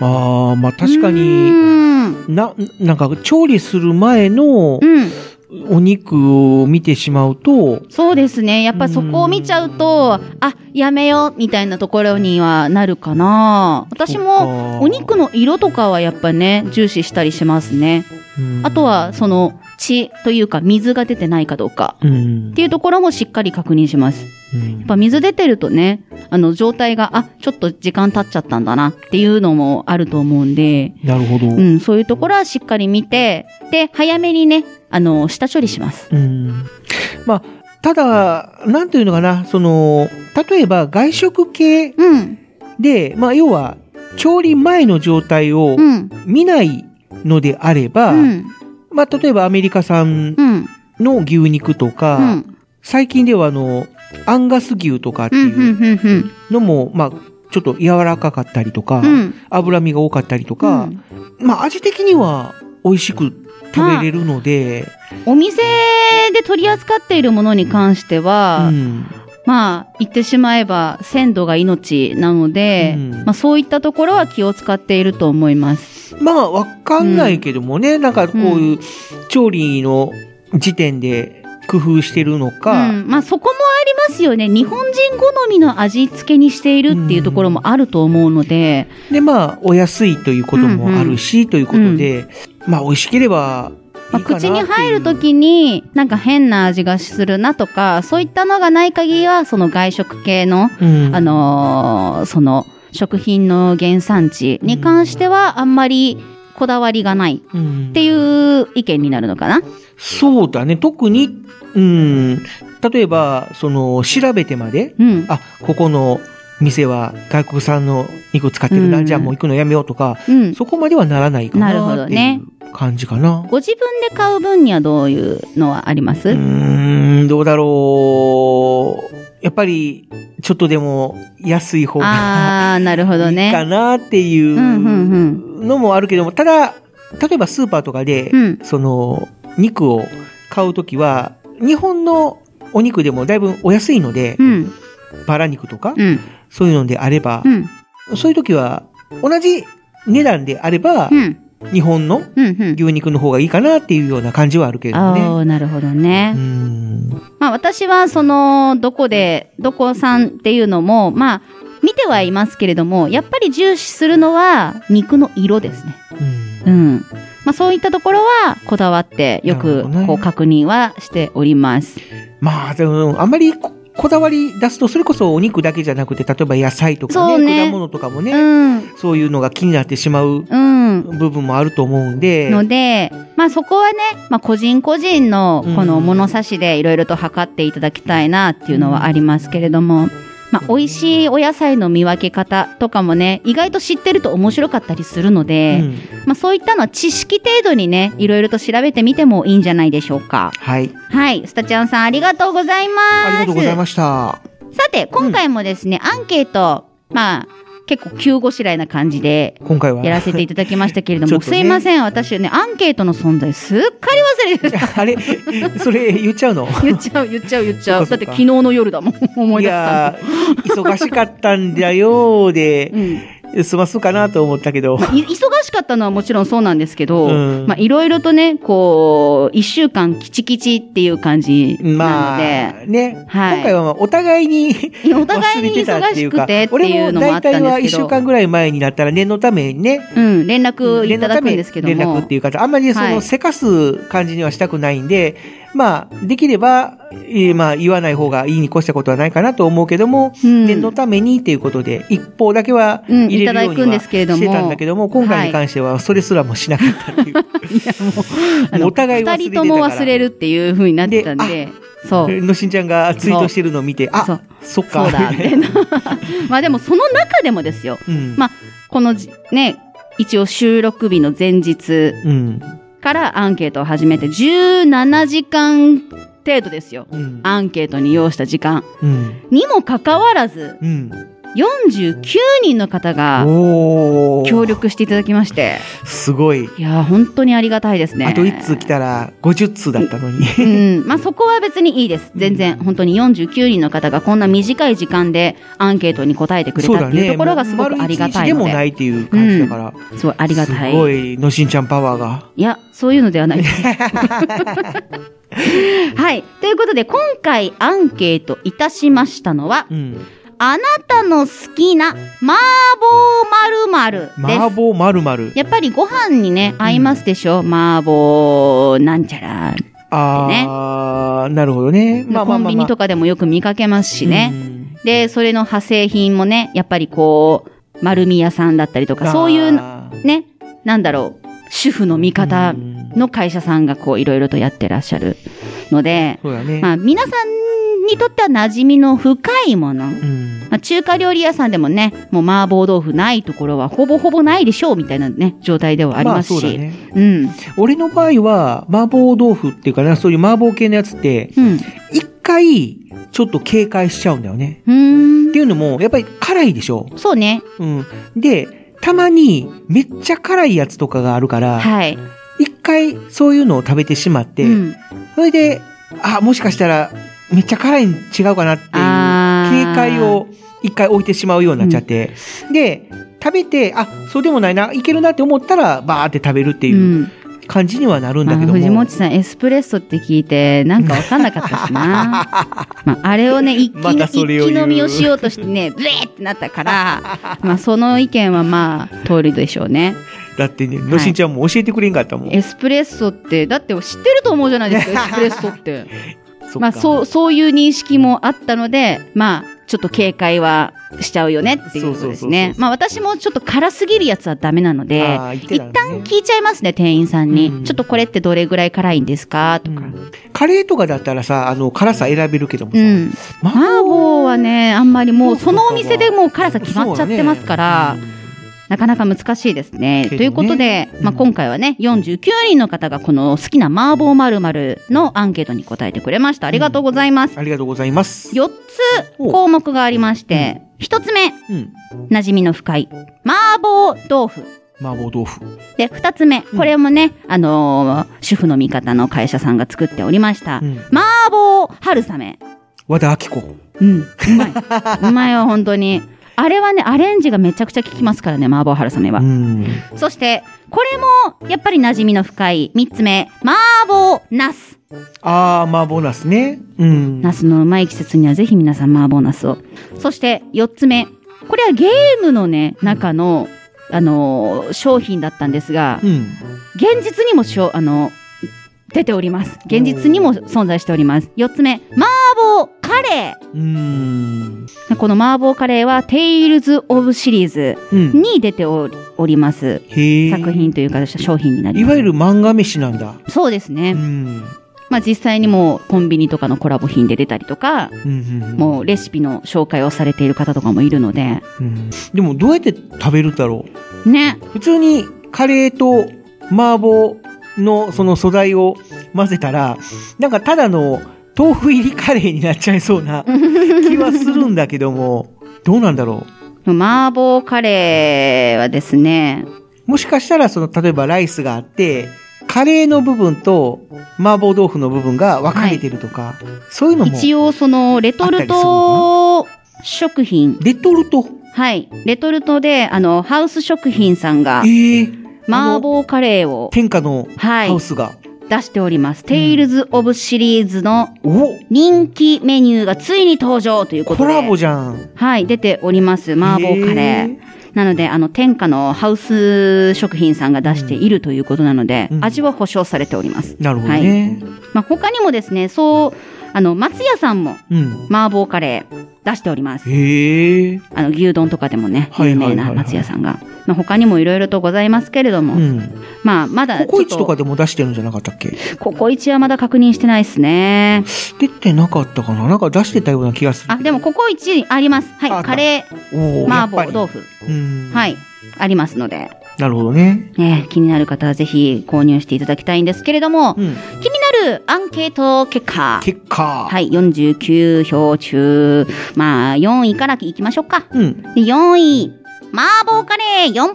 Speaker 4: ああ、まあ確か
Speaker 2: う
Speaker 4: に、
Speaker 2: ん。
Speaker 4: な、なんか調理する前の
Speaker 2: うん。
Speaker 4: お肉を見てしまうと、
Speaker 2: そうですね。やっぱそこを見ちゃうと、あ、やめようみたいなところにはなるかな。私も、
Speaker 4: も
Speaker 2: お肉の色とかはやっぱね、重視したりしますね。あとは、その、血というか水が出てないかどうか。
Speaker 4: うん、っ
Speaker 2: っていうところもしっかり確認します。や
Speaker 4: うん
Speaker 2: っぱ水出てるとね、あの状態が、あ、ちょっと時間経っちゃったんだなっていうのもあると思うんで、
Speaker 4: なるほど。
Speaker 2: う、
Speaker 4: うん
Speaker 2: そういうところはしっかり見て、で、早めにね、あの、下処理します。
Speaker 4: ん。まあ、ただ、なんていうのかな、その、例えば外食系
Speaker 2: うん、
Speaker 4: で、まあ、要は、調理前の状態を
Speaker 2: うん、
Speaker 4: 見ないのであれば、
Speaker 2: うん、
Speaker 4: まあ、例えばアメリカ産
Speaker 2: うん、
Speaker 4: の牛肉とか、
Speaker 2: うん、
Speaker 4: 最近ではあの、アンガス牛とかって
Speaker 2: うん、う、
Speaker 4: いうん
Speaker 2: うん、
Speaker 4: のも、まあ、ちょっと柔らかかったりとか、
Speaker 2: うん。
Speaker 4: 脂身が多かったりとか、
Speaker 2: うん
Speaker 4: まあ、味的には美味しく食べれるので、
Speaker 2: お店で取り扱っているものに関しては、
Speaker 4: うん
Speaker 2: まあ、言ってしまえば鮮度が命なので、
Speaker 4: うん
Speaker 2: まあそういったところは気を使っていると思います。
Speaker 4: まあ、わかんないけどもね、なんかこういう調理の時点で、工夫してるのか、
Speaker 2: うん、まあそこもありますよね。日本人好みの味付けにしているっていうところもあると思うので、
Speaker 4: で、まあ、お安いということもあるし、ということで、まあ、美味しければい
Speaker 2: まあ
Speaker 4: いかなっ
Speaker 2: 口
Speaker 4: ていう
Speaker 2: に入るときになんか変な味がするなとか、そういったのがない限りは、その外食系の、
Speaker 4: うん
Speaker 2: あのーその食品の原産地に関してはあんまりこだわりがないっ
Speaker 4: うん
Speaker 2: ていう意見になるのかな。
Speaker 4: そうだね。特に、うん、例えば、その、調べてまで、
Speaker 2: うん。
Speaker 4: あ、ここの店は外国産の肉使ってるな、
Speaker 2: うん
Speaker 4: じゃあもう行くのやめようとか、
Speaker 2: うん。
Speaker 4: そこまではならないかな
Speaker 2: なるほど
Speaker 4: ってい
Speaker 2: ね
Speaker 4: う感じかな。
Speaker 2: ご自分で買う分にはどういうのはあります、
Speaker 4: うーん、どうだろう。やっぱり、ちょっとでも安い方が
Speaker 2: ああ、なるほど
Speaker 4: いいか
Speaker 2: ね。
Speaker 4: なってい
Speaker 2: うんうん
Speaker 4: うのもあるけども、ただ、例えばスーパーとかで、
Speaker 2: うん。
Speaker 4: その、肉を買うときは、日本のお肉でもだいぶお安いので
Speaker 2: う、ん。
Speaker 4: バラ肉とか
Speaker 2: う、ん。
Speaker 4: そういうのであれば
Speaker 2: う、ん。
Speaker 4: そういうときは、同じ値段であれば
Speaker 2: う、ん。
Speaker 4: 日本の
Speaker 2: うん。うん。
Speaker 4: 牛肉の方がいいかなっていうような感じはあるけれど
Speaker 2: あ
Speaker 4: ね。
Speaker 2: あ、なるほど
Speaker 4: う
Speaker 2: ね。
Speaker 4: ん
Speaker 2: まあ私はその、どこで、どこさんっていうのも、まあ、見てはいますけれども、やっぱり重視するのは肉の色ですね。
Speaker 4: うん
Speaker 2: うん。まあそういったところはこだわってよ
Speaker 4: なる
Speaker 2: く
Speaker 4: ほどね
Speaker 2: こう確認はしております。
Speaker 4: まあ、でも、あんまりここだわり出すと、それこそお肉だけじゃなくて、例えば野菜とか
Speaker 2: そう
Speaker 4: ね、
Speaker 2: ね
Speaker 4: 果物とかも
Speaker 2: う
Speaker 4: ね、
Speaker 2: ん。
Speaker 4: そういうのが気になってしまう
Speaker 2: うん。
Speaker 4: 部分もあると思うんで、
Speaker 2: ので、まあそこはね、まあ個人個人のこの
Speaker 4: うん
Speaker 2: 物差しでいろいろと測っていただきたいなっていうのはありますけれども、まあ美味しいお野菜の見分け方とかもね、意外と知ってると面白かったりするの
Speaker 4: う
Speaker 2: で、
Speaker 4: ん
Speaker 2: まあそういったのは知識程度にね、いろいろと調べてみてもいいんじゃないでしょうか。
Speaker 4: はい。
Speaker 2: はい、スタちゃんさんありがとうございます。
Speaker 4: ありがとうございました。
Speaker 2: さて、今回もですね、アンケート、まあ、結構急ごしらえな感じで、
Speaker 4: 今回 は。
Speaker 2: やらせていただきましたけれど
Speaker 4: ちょ
Speaker 2: も、
Speaker 4: っと
Speaker 2: す
Speaker 4: ね
Speaker 2: いません。私ね、アンケートの存在すっかり忘れ てた。
Speaker 4: あれ、それ言っちゃうの
Speaker 2: 言っちゃう、言っちゃう、言っちゃ。
Speaker 4: そうっ
Speaker 2: だ
Speaker 4: かそっか
Speaker 2: って昨日の夜だもん。思い
Speaker 4: い
Speaker 2: 出した
Speaker 4: やー、忙しかったんだよー
Speaker 2: の。う
Speaker 4: で、
Speaker 2: ん、
Speaker 4: 済ますかなと思ったけど。
Speaker 2: まあい忙しかったのはもちろんそうなんですけど、
Speaker 4: うん
Speaker 2: まあいろいろとね、こう、一週間キチキチっていう感じな
Speaker 4: ま
Speaker 2: ので、
Speaker 4: あ、ね。
Speaker 2: はい
Speaker 4: 今回はまあお互いに
Speaker 2: いやお互
Speaker 4: 忘
Speaker 2: い
Speaker 4: れ
Speaker 2: に
Speaker 4: てた
Speaker 2: 忙
Speaker 4: ってい
Speaker 2: し
Speaker 4: う
Speaker 2: く
Speaker 4: か
Speaker 2: てって
Speaker 4: 俺
Speaker 2: いう
Speaker 4: も
Speaker 2: のもあ
Speaker 4: 大
Speaker 2: った
Speaker 4: 体
Speaker 2: んで
Speaker 4: は
Speaker 2: すけ
Speaker 4: 一
Speaker 2: ど、
Speaker 4: 週間ぐらい前になったら念のためにね、
Speaker 2: うん、連絡いただくんですけども。
Speaker 4: 連絡っていうか、あんまりそ
Speaker 2: はい
Speaker 4: の、せかす感じにはしたくないんで、まあ、できれば、えーまあ、言わない方がいいに越したことはないかなと思うけども、
Speaker 2: うん
Speaker 4: 念のためにっていうことで、一方だけは
Speaker 2: うん
Speaker 4: 入れるよう
Speaker 2: いただくん
Speaker 4: に
Speaker 2: で
Speaker 4: は
Speaker 2: す
Speaker 4: し
Speaker 2: けれ
Speaker 4: て
Speaker 2: ど
Speaker 4: た
Speaker 2: も
Speaker 4: んだけども、今回に関してはそれすらもしなかったっていう。
Speaker 2: あの
Speaker 4: お互い忘れ
Speaker 2: 二
Speaker 4: て
Speaker 2: 人と
Speaker 4: た
Speaker 2: も忘
Speaker 4: か
Speaker 2: れるっていう風になってたんで、
Speaker 4: で
Speaker 2: そう。
Speaker 4: ら。のしんちゃんがツイートしてるのを見て、
Speaker 2: そ
Speaker 4: あ
Speaker 2: う、
Speaker 4: そっか。
Speaker 2: そうだ、みたいな。まあでもその中でもですよ。
Speaker 4: うん。
Speaker 2: まこのじね、一応収録日の前日
Speaker 4: うん。
Speaker 2: からアンケートを始めて17時間程度ですよ。
Speaker 4: うん。
Speaker 2: アンケートに要した時間。
Speaker 4: うん。
Speaker 2: にもかかわらず、
Speaker 4: うん。
Speaker 2: 49人の方が
Speaker 4: おー
Speaker 2: 協力していただきまして。
Speaker 4: すごい。
Speaker 2: いやー、本当にありがたいですね。
Speaker 4: あと1通来たら50通だったのに。
Speaker 2: うん、まあそこは別にいいです。全然、本当に49人の方がこんな短い時間でアンケートに答えてくれたっていうところがすごくありがたいの
Speaker 4: もう丸一日でも
Speaker 2: で、
Speaker 4: ないっていう感じだから。
Speaker 2: すごいありがたい。
Speaker 4: すごい、のしんちゃんパワーが。
Speaker 2: いや、そういうのではないです。はい。ということで、今回アンケートいたしましたのは、
Speaker 4: うん。
Speaker 2: あなたの好きな麻婆〇〇です
Speaker 4: 麻。婆まるまる。
Speaker 2: やっぱりご飯にね、合いますでしょ、麻婆なんちゃら。
Speaker 4: あー、なるほどね。まあまあま
Speaker 2: コ
Speaker 4: あ、まあ。
Speaker 2: ンビニと
Speaker 4: か
Speaker 2: かでもよく見かけますしね。で、それの派生品もね、やっぱりこう、丸み屋さんだったりとか、そういう、ね、なんだろう、主婦の味方
Speaker 4: の。
Speaker 2: の会社さんがこう、いろいろとやってらっしゃるので、
Speaker 4: そうだね。
Speaker 2: まあ、皆さんにとっては馴染みの深いもの。
Speaker 4: うん。
Speaker 2: まあ、中華料理屋さんでもね、もう麻婆豆腐ないところはほぼほぼないでしょうみたいなね、状態ではありますし。
Speaker 4: まあそうだね。
Speaker 2: うん。
Speaker 4: 俺の場合は、麻婆豆腐っていうかな、そういう麻婆系のやつって、
Speaker 2: うん。
Speaker 4: 一回、ちょっと警戒しちゃうんだよね。
Speaker 2: うー
Speaker 4: っ
Speaker 2: ん。
Speaker 4: ていうのも、やっぱり辛いでしょ。
Speaker 2: そうね。
Speaker 4: うん。で、たまにめっちゃ辛いやつとかがあるから、
Speaker 2: はい。
Speaker 4: 一回そういうのを食べてしまって、
Speaker 2: うん、
Speaker 4: それで、あ、もしかしたらめっちゃ辛いに違うかなっていう
Speaker 2: あー
Speaker 4: 警戒を一回置いてしまうようになっちゃって、で、食べて、あ、そうでもないな、いけるなって思ったら、バーって食べるっていう、
Speaker 2: うん。
Speaker 4: 感じにはなるんだけ
Speaker 2: ま
Speaker 4: ど
Speaker 2: あ
Speaker 4: も。
Speaker 2: 藤本さんエスプレッソって聞いてなんか分かんなかったしな、 まあ、あれをね一気,、
Speaker 4: また
Speaker 2: 一
Speaker 4: それを
Speaker 2: 気
Speaker 4: 言う
Speaker 2: 飲みをしようとしてねブレーってなったから、まあ、その意見はまあ通りでしょうね
Speaker 4: だってね、のしんちゃんも教えてくれんかったもん。
Speaker 2: エスプレッソってだって知ってると思うじゃない ですかエスプレッソって
Speaker 4: そっか
Speaker 2: まあ、そうそういう認識もあったのでまあちょっと警戒はしちゃうよねっていうことです
Speaker 4: そうそうそう
Speaker 2: ね
Speaker 4: そう
Speaker 2: まあ私もちょっと辛すぎるやつはダメなので
Speaker 4: あー言って
Speaker 2: 一
Speaker 4: たね
Speaker 2: 旦聞いちゃいますね店員さんに、
Speaker 4: うん
Speaker 2: ちょっとこれってどれぐらい辛いんですか
Speaker 4: う
Speaker 2: とか、うん
Speaker 4: んカレーとかだったらさ、あの、辛さ選べるけどもさ、麻
Speaker 2: 麻婆はねあんまりもうそのお店でもう辛さ決まっちゃってますから、
Speaker 4: そうだね
Speaker 2: なかなか難しいですね。
Speaker 4: けどね
Speaker 2: ということで、まあ、
Speaker 4: うん
Speaker 2: 今回はね、49人の方がこの好きな麻婆〇〇のアンケートに答えてくれました。ありがとうございます。
Speaker 4: ありがとうございます。
Speaker 2: 4つ項目がありまして、1つ目、
Speaker 4: うん。
Speaker 2: 馴染みの深い、麻婆豆腐。
Speaker 4: 麻婆豆腐。
Speaker 2: で、2つ目、
Speaker 4: うん
Speaker 2: これもね、あのー主婦の味方の会社さんが作っておりました。
Speaker 4: うん
Speaker 2: 麻婆春雨。
Speaker 4: 和田明子。
Speaker 2: うん、うまい。 うまいよ、本当に。あれはね、アレンジがめちゃくちゃ効きますからね、麻婆春雨は
Speaker 4: う。ん。
Speaker 2: そして、これも、やっぱり馴染みの深い、三つ目、麻婆茄子。
Speaker 4: あー、麻婆茄子ね。うん。
Speaker 2: 茄子のうまい季節にはぜひ皆さん麻婆茄子を。そして、四つ目、これはゲームのね、中の、あのー商品だったんですが
Speaker 4: う、ん。
Speaker 2: 現実にもしょ、あの出ております。現実にも存在しております。四つ目、麻婆カレ
Speaker 4: うん。
Speaker 2: ー。この麻婆カレーは、テイルズ・オブ・シリーズ
Speaker 4: うん。
Speaker 2: に出ておりおります。
Speaker 4: へえ。
Speaker 2: 作品というか、商品になり
Speaker 4: い
Speaker 2: ます。
Speaker 4: わゆる漫画飯なんだ。
Speaker 2: そうですね。
Speaker 4: うん。
Speaker 2: まあ、実際にもうコンビニとかのコラボ品で出たりとか、
Speaker 4: うんうん
Speaker 2: もうレシピの紹介をされている方とかもいるので、
Speaker 4: うん。でもどうやって食べるだろう。
Speaker 2: ね、
Speaker 4: 普通にカレーと麻婆のその素材を混ぜたら、なんかただの豆腐入りカレーになっちゃいそうな気はするんだけども、どうなんだろ
Speaker 2: 麻婆カレーはですね、
Speaker 4: う。もしかしたらその、例えばライスがあって、カレーの部分と麻婆豆腐の部分が分かれてるとか、そういうのも。
Speaker 2: 一応そのレトルト食品、
Speaker 4: レトルト。
Speaker 2: はい、レトルトで、あの、ハウス食品さんが
Speaker 4: ええ
Speaker 2: 麻婆カレーを、
Speaker 4: 天下の
Speaker 2: は
Speaker 4: ハ
Speaker 2: い
Speaker 4: ウ、スが。
Speaker 2: 出しております。テイルズ・オブ・シリーズの
Speaker 4: お
Speaker 2: 人気メニューがついに登場ということ
Speaker 4: コ
Speaker 2: で、
Speaker 4: ラボじゃん。
Speaker 2: はい、出ております。麻婆カレー。
Speaker 4: え
Speaker 2: なので、あの、天下のハウス食品さんが出しているということなので、
Speaker 4: うん
Speaker 2: 味は保証されております。
Speaker 4: なるほどね。
Speaker 2: まあ、他にもですね、そう、あの、松屋さんも
Speaker 4: うん。
Speaker 2: 麻婆カレー出しております。
Speaker 4: へえ。
Speaker 2: あの、牛丼とかでもね、
Speaker 4: はい
Speaker 2: 有
Speaker 4: はいはいは
Speaker 2: 名
Speaker 4: い
Speaker 2: な松屋さんが。まあ、他にもいろいろとございますけれども、
Speaker 4: うん。
Speaker 2: まあ、まだちょ
Speaker 4: コ
Speaker 2: っ
Speaker 4: コイチとかでも出してるんじゃなかったっけ
Speaker 2: ココイチはまだ確認してないですね。
Speaker 4: 出てなかったかななんか出してたような気がする。
Speaker 2: あ、でもココイチあります。は
Speaker 4: あ
Speaker 2: い、カレー、
Speaker 4: おー、
Speaker 2: 麻
Speaker 4: やっぱ
Speaker 2: 婆、
Speaker 4: り
Speaker 2: 豆腐。
Speaker 4: うん。
Speaker 2: はい、ありますので、
Speaker 4: なるほどね。
Speaker 2: ね、気になる方はぜひ購入していただきたいんですけれども、
Speaker 4: う
Speaker 2: 気
Speaker 4: ん。
Speaker 2: になるアンケート結果。
Speaker 4: 結果。
Speaker 2: はい、49票中、まあ、4位からいきましょうか。
Speaker 4: うん。
Speaker 2: で4位、麻婆カレー4%。ち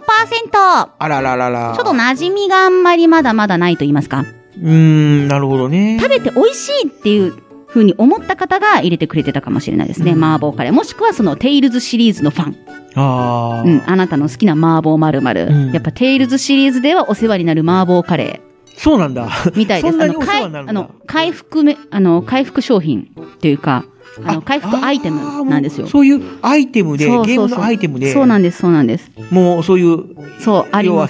Speaker 4: あらららら。
Speaker 2: ょっと。馴染みがあんまりまだまだないと言いますか。
Speaker 4: うーん、なるほどね。
Speaker 2: 食べて美味しいっていう風に思った方が入れてくれてたかもしれないですね。
Speaker 4: うん
Speaker 2: 麻婆カレー。もしくはそのテイルズシリーズのファン。
Speaker 4: あ
Speaker 2: う
Speaker 4: あ、
Speaker 2: ん、あなたの好きな麻婆〇〇。
Speaker 4: うん
Speaker 2: やっぱテイルズシリーズではお世話になる麻婆カレー。
Speaker 4: そうなんだ。
Speaker 2: みたいです。
Speaker 4: そんなに
Speaker 2: あ
Speaker 4: お
Speaker 2: の
Speaker 4: 世
Speaker 2: かい
Speaker 4: 話になるんだ
Speaker 2: あの回復めあの回復商品っていうか、あの回復アイテ
Speaker 4: あー
Speaker 2: ムなんですよ。
Speaker 4: もう
Speaker 2: そ
Speaker 4: そういうアイテム
Speaker 2: う
Speaker 4: で、
Speaker 2: そう
Speaker 4: ゲームのアイテムで、
Speaker 2: そうなんです、そうなんです。
Speaker 4: もうそういう、
Speaker 2: そうあり
Speaker 4: 要は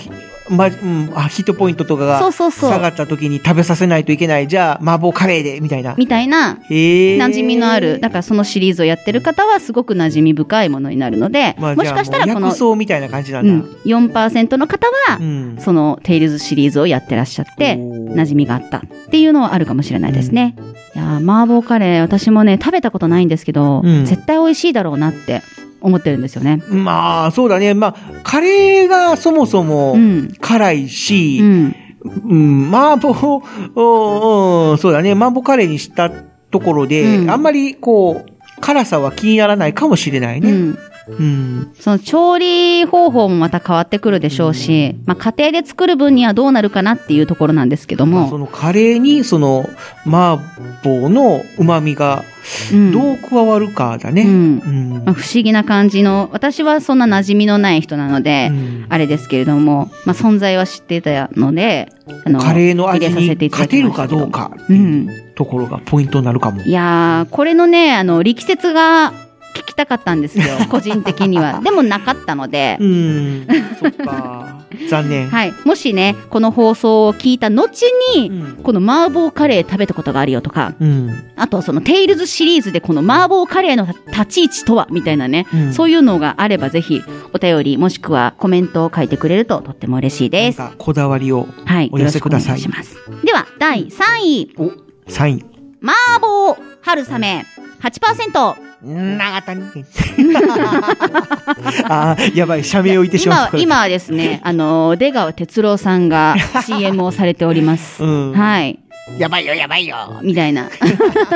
Speaker 2: ます、
Speaker 4: ま、うん、あ、ヒットポイントとか
Speaker 2: そう
Speaker 4: が
Speaker 2: そうそう
Speaker 4: 下がった時に食べさせないといけない。じゃあ、麻婆カレーで、みたいな。
Speaker 2: みたいな
Speaker 4: へえ。
Speaker 2: 馴染みのある、だからそのシリーズをやってる方はすごく馴染み深いものになるので、
Speaker 4: まあ、
Speaker 2: も
Speaker 4: じ
Speaker 2: し
Speaker 4: ゃあ
Speaker 2: かしたらこ
Speaker 4: もう
Speaker 2: の
Speaker 4: 薬、草みたいな感じな
Speaker 2: うんん
Speaker 4: だ。、
Speaker 2: 4%の方は、
Speaker 4: うん。
Speaker 2: そのテイルズシリーズをやってらっしゃって、
Speaker 4: おー
Speaker 2: 馴染みがあったっていうのはあるかもしれないですね。いやー麻婆カレー、私もね、食べたことないんですけど、
Speaker 4: うん
Speaker 2: 絶対美味しいだろうなって思ってるんですよね。
Speaker 4: まあ、そうだね。まあ、カレーがそもそも
Speaker 2: うん。
Speaker 4: 辛いし、
Speaker 2: うん。
Speaker 4: うん、麻婆、 うんうん、そうだね、麻婆カレーにしたところで、
Speaker 2: うん
Speaker 4: あんまりこう、辛さは気にならないかもしれないうね。
Speaker 2: ん。
Speaker 4: うん。
Speaker 2: その調理方法もまた変わってくるでしょうし、まあ家庭で作る分にはどうなるかなっていうところなんですけど
Speaker 4: まあそ
Speaker 2: も、
Speaker 4: のカレーに、その、麻婆の旨味が、
Speaker 2: うん
Speaker 4: どう加わるかだね。
Speaker 2: う
Speaker 4: うん。
Speaker 2: んまあ不思議な感じの、私はそんな馴染みのない人なので、
Speaker 4: うん
Speaker 2: あれですけれども、まあ存在は知っていたので、あの
Speaker 4: カレーの味
Speaker 2: 入れさせて
Speaker 4: に
Speaker 2: いただ
Speaker 4: 勝
Speaker 2: き
Speaker 4: て
Speaker 2: ま
Speaker 4: る
Speaker 2: した
Speaker 4: か
Speaker 2: けど
Speaker 4: どうかっていうところがポイントになるかも。
Speaker 2: いやー、これのね、あの、力説が聞きたかったん ですよ、個人的には。でもなかったので
Speaker 4: う、ん。そっか。残念。
Speaker 2: はい。もしね、この放送を聞いた後
Speaker 4: う
Speaker 2: に、
Speaker 4: ん。
Speaker 2: この麻婆カレー食べたことがあるよとか、
Speaker 4: うん。
Speaker 2: あとはそのテイルズシリーズでこの麻婆カレーの立ち位置とは、みたいなね、
Speaker 4: うん
Speaker 2: そういうのがあればぜひお便りもしくはコメントを書いてくれるととっても嬉しい
Speaker 4: な
Speaker 2: で
Speaker 4: ん
Speaker 2: す。
Speaker 4: かこだわりを
Speaker 2: はい。
Speaker 4: お寄せくださ
Speaker 2: よろ
Speaker 4: い
Speaker 2: しくお願いします。では、第3位、
Speaker 4: サイン。
Speaker 2: 麻婆春雨8%。
Speaker 4: 長谷。 ああ、やばい、社名を置いてしま
Speaker 2: 今
Speaker 4: っ、た。
Speaker 2: 今はです ね、あの、出川哲郎さんが CM をされております。
Speaker 4: うん。
Speaker 2: はい。
Speaker 4: やばいよ、やばいよ。
Speaker 2: みたいな。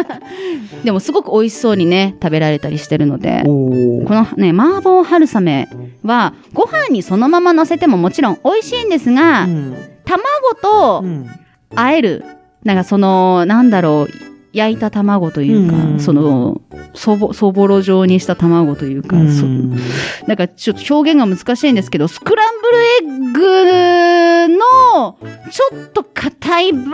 Speaker 2: でもすごく美味しそうにね、食べられたりしてるので。
Speaker 4: お
Speaker 2: このね、麻婆春雨は、ご飯にそのまま乗せてももちろん美味しいんですが、
Speaker 4: うん。
Speaker 2: 卵と
Speaker 4: うん。
Speaker 2: 和える、なんかその、なんだろう、焼いた卵というか、
Speaker 4: うん
Speaker 2: その、そぼ、そぼろ状にした卵というか、そなんかちょっと表現が難しいんですけど、スクランブルエッグの、ちょっと硬いバ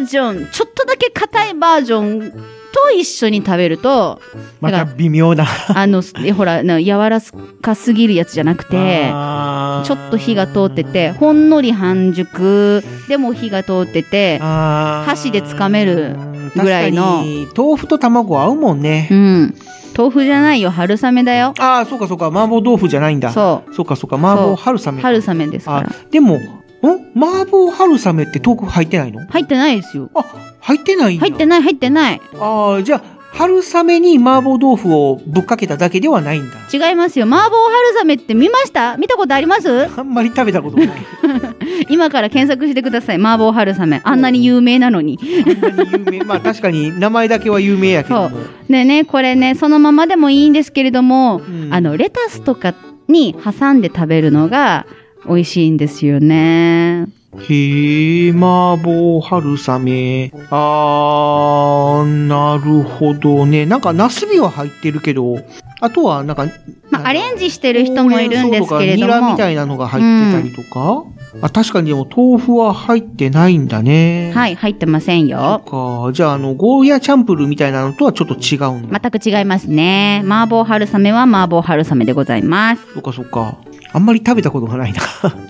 Speaker 2: ージョン、ちょっとだけ硬いバージョンと一緒に食べる と、
Speaker 4: また微妙な。
Speaker 2: あの、すほら、な柔らかすぎるやつじゃなくて、
Speaker 4: あー
Speaker 2: ちょっと火が通ってて、、ほんのり半熟、でも火が通ってて、
Speaker 4: 箸
Speaker 2: 箸で掴めるぐらいの。
Speaker 4: 豆腐と卵合うもんね
Speaker 2: う。ん。豆腐じゃないよ、春雨だよ。
Speaker 4: ああ、そうかそうか、麻婆豆腐じゃないんだ。。
Speaker 2: そう
Speaker 4: そうかそうか、麻婆春
Speaker 2: う。
Speaker 4: 雨。
Speaker 2: 春雨ですか
Speaker 4: あ
Speaker 2: ら。、
Speaker 4: でも、ん麻婆春雨って豆腐入ってないの
Speaker 2: 入ってないですよ。
Speaker 4: あ、入ってないんだ。
Speaker 2: 入ってない、入ってない。
Speaker 4: ああ、じゃあ、春雨に麻婆豆腐をぶっかけただけではないんだ。
Speaker 2: 違いますよ。麻婆春雨って見ました見たことあります
Speaker 4: あんまり食べたことない。
Speaker 2: 今から検索してください。麻婆春雨。あんなに有名なのに。
Speaker 4: あんなに有名。まあ確かに名前だけは有名やけども。
Speaker 2: でね、これね、そのままでもいいんですけれども、
Speaker 4: うん
Speaker 2: あの、レタスとかに挟んで食べるのが美味しいんですよね。
Speaker 4: へえ、麻婆春雨。あー、なるほどね。なんか、ナスビは入ってるけど、あとは、なんか、
Speaker 2: まあ、アレンジしてる人もいるんですけれど
Speaker 4: ほうれん草とかニラみ
Speaker 2: も。
Speaker 4: たいなのが入ってたりとか、あ、確かにでも豆腐は入ってないんだね。。
Speaker 2: はいい、入ってませんよ。
Speaker 4: か、じゃあ、あの、ゴーヤチャンプルーみたいなのとはちょっと違うんだ。
Speaker 2: 全く違いますね。麻婆春雨は麻婆春雨でございます。
Speaker 4: そっかそっか。あんまり食べたことがないな。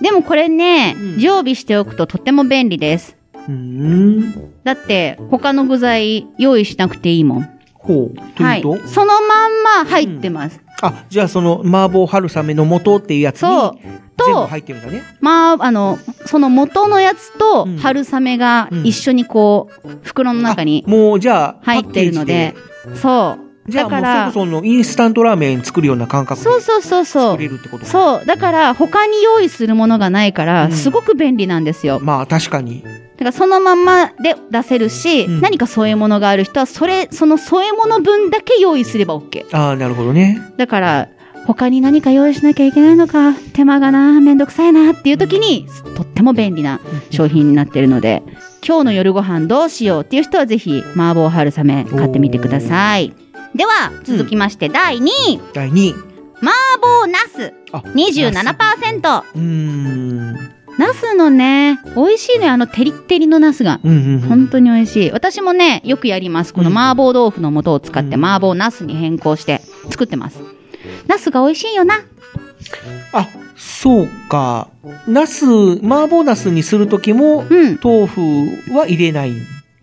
Speaker 2: でもこれね、
Speaker 4: うん
Speaker 2: 常備しておくととっても便利です。
Speaker 4: うーん。
Speaker 2: だって、他の具材用意しなくていいもん。
Speaker 4: ほう。と
Speaker 2: は
Speaker 4: いう
Speaker 2: い
Speaker 4: と、。
Speaker 2: そのまんま入ってます。
Speaker 4: あ、じゃあその、麻婆春雨の素っていうやつに、
Speaker 2: そう
Speaker 4: 全部
Speaker 2: と、
Speaker 4: 入ってるんだね。
Speaker 2: まあ、あの、その元のやつと
Speaker 4: うん
Speaker 2: 春雨が一緒にこう、袋の中に
Speaker 4: あもうじゃあ、
Speaker 2: 入ってるので、そう。
Speaker 4: パッケージで。じゃ
Speaker 2: だ
Speaker 4: あ
Speaker 2: か
Speaker 4: も
Speaker 2: ら
Speaker 4: う、それこそあのインスタントラーメン作るような感覚で
Speaker 2: そうそうそうそ
Speaker 4: 作れ
Speaker 2: う。
Speaker 4: るってことう。
Speaker 2: そう。だから、他に用意するものがないから、
Speaker 4: うん
Speaker 2: すごく便利なんですよ。
Speaker 4: まあ確かに。
Speaker 2: だから、そのまんまで出せるし、
Speaker 4: うん
Speaker 2: 何か添え物がある人は、それ、その添え物分だけ用意すれば OK。
Speaker 4: ああ、なるほどね。
Speaker 2: だから、他に何か用意しなきゃいけないのか、手間がな、めんどくさいなっていう時に、とっても便利な商品になってるので、今日の夜ご飯どうしようっていう人はぜひ、麻婆春雨買ってみてください。では、続きまして第2位、
Speaker 4: 第2位。
Speaker 2: 麻婆茄
Speaker 4: あ、
Speaker 2: 子27%。
Speaker 4: うーん。
Speaker 2: 茄子のね、美味しいのよ、あのテリッテリの茄子が。
Speaker 4: うんうんうん。
Speaker 2: 本当に美味しい。私もね、よくやります。この
Speaker 4: うん
Speaker 2: 麻婆豆腐の素を使って
Speaker 4: うん
Speaker 2: 麻婆茄子に変更して作ってます。茄子が美味しいよな。
Speaker 4: あ、そうか。ナス、麻婆ナスにするときも、
Speaker 2: うん。
Speaker 4: 豆腐は入れない。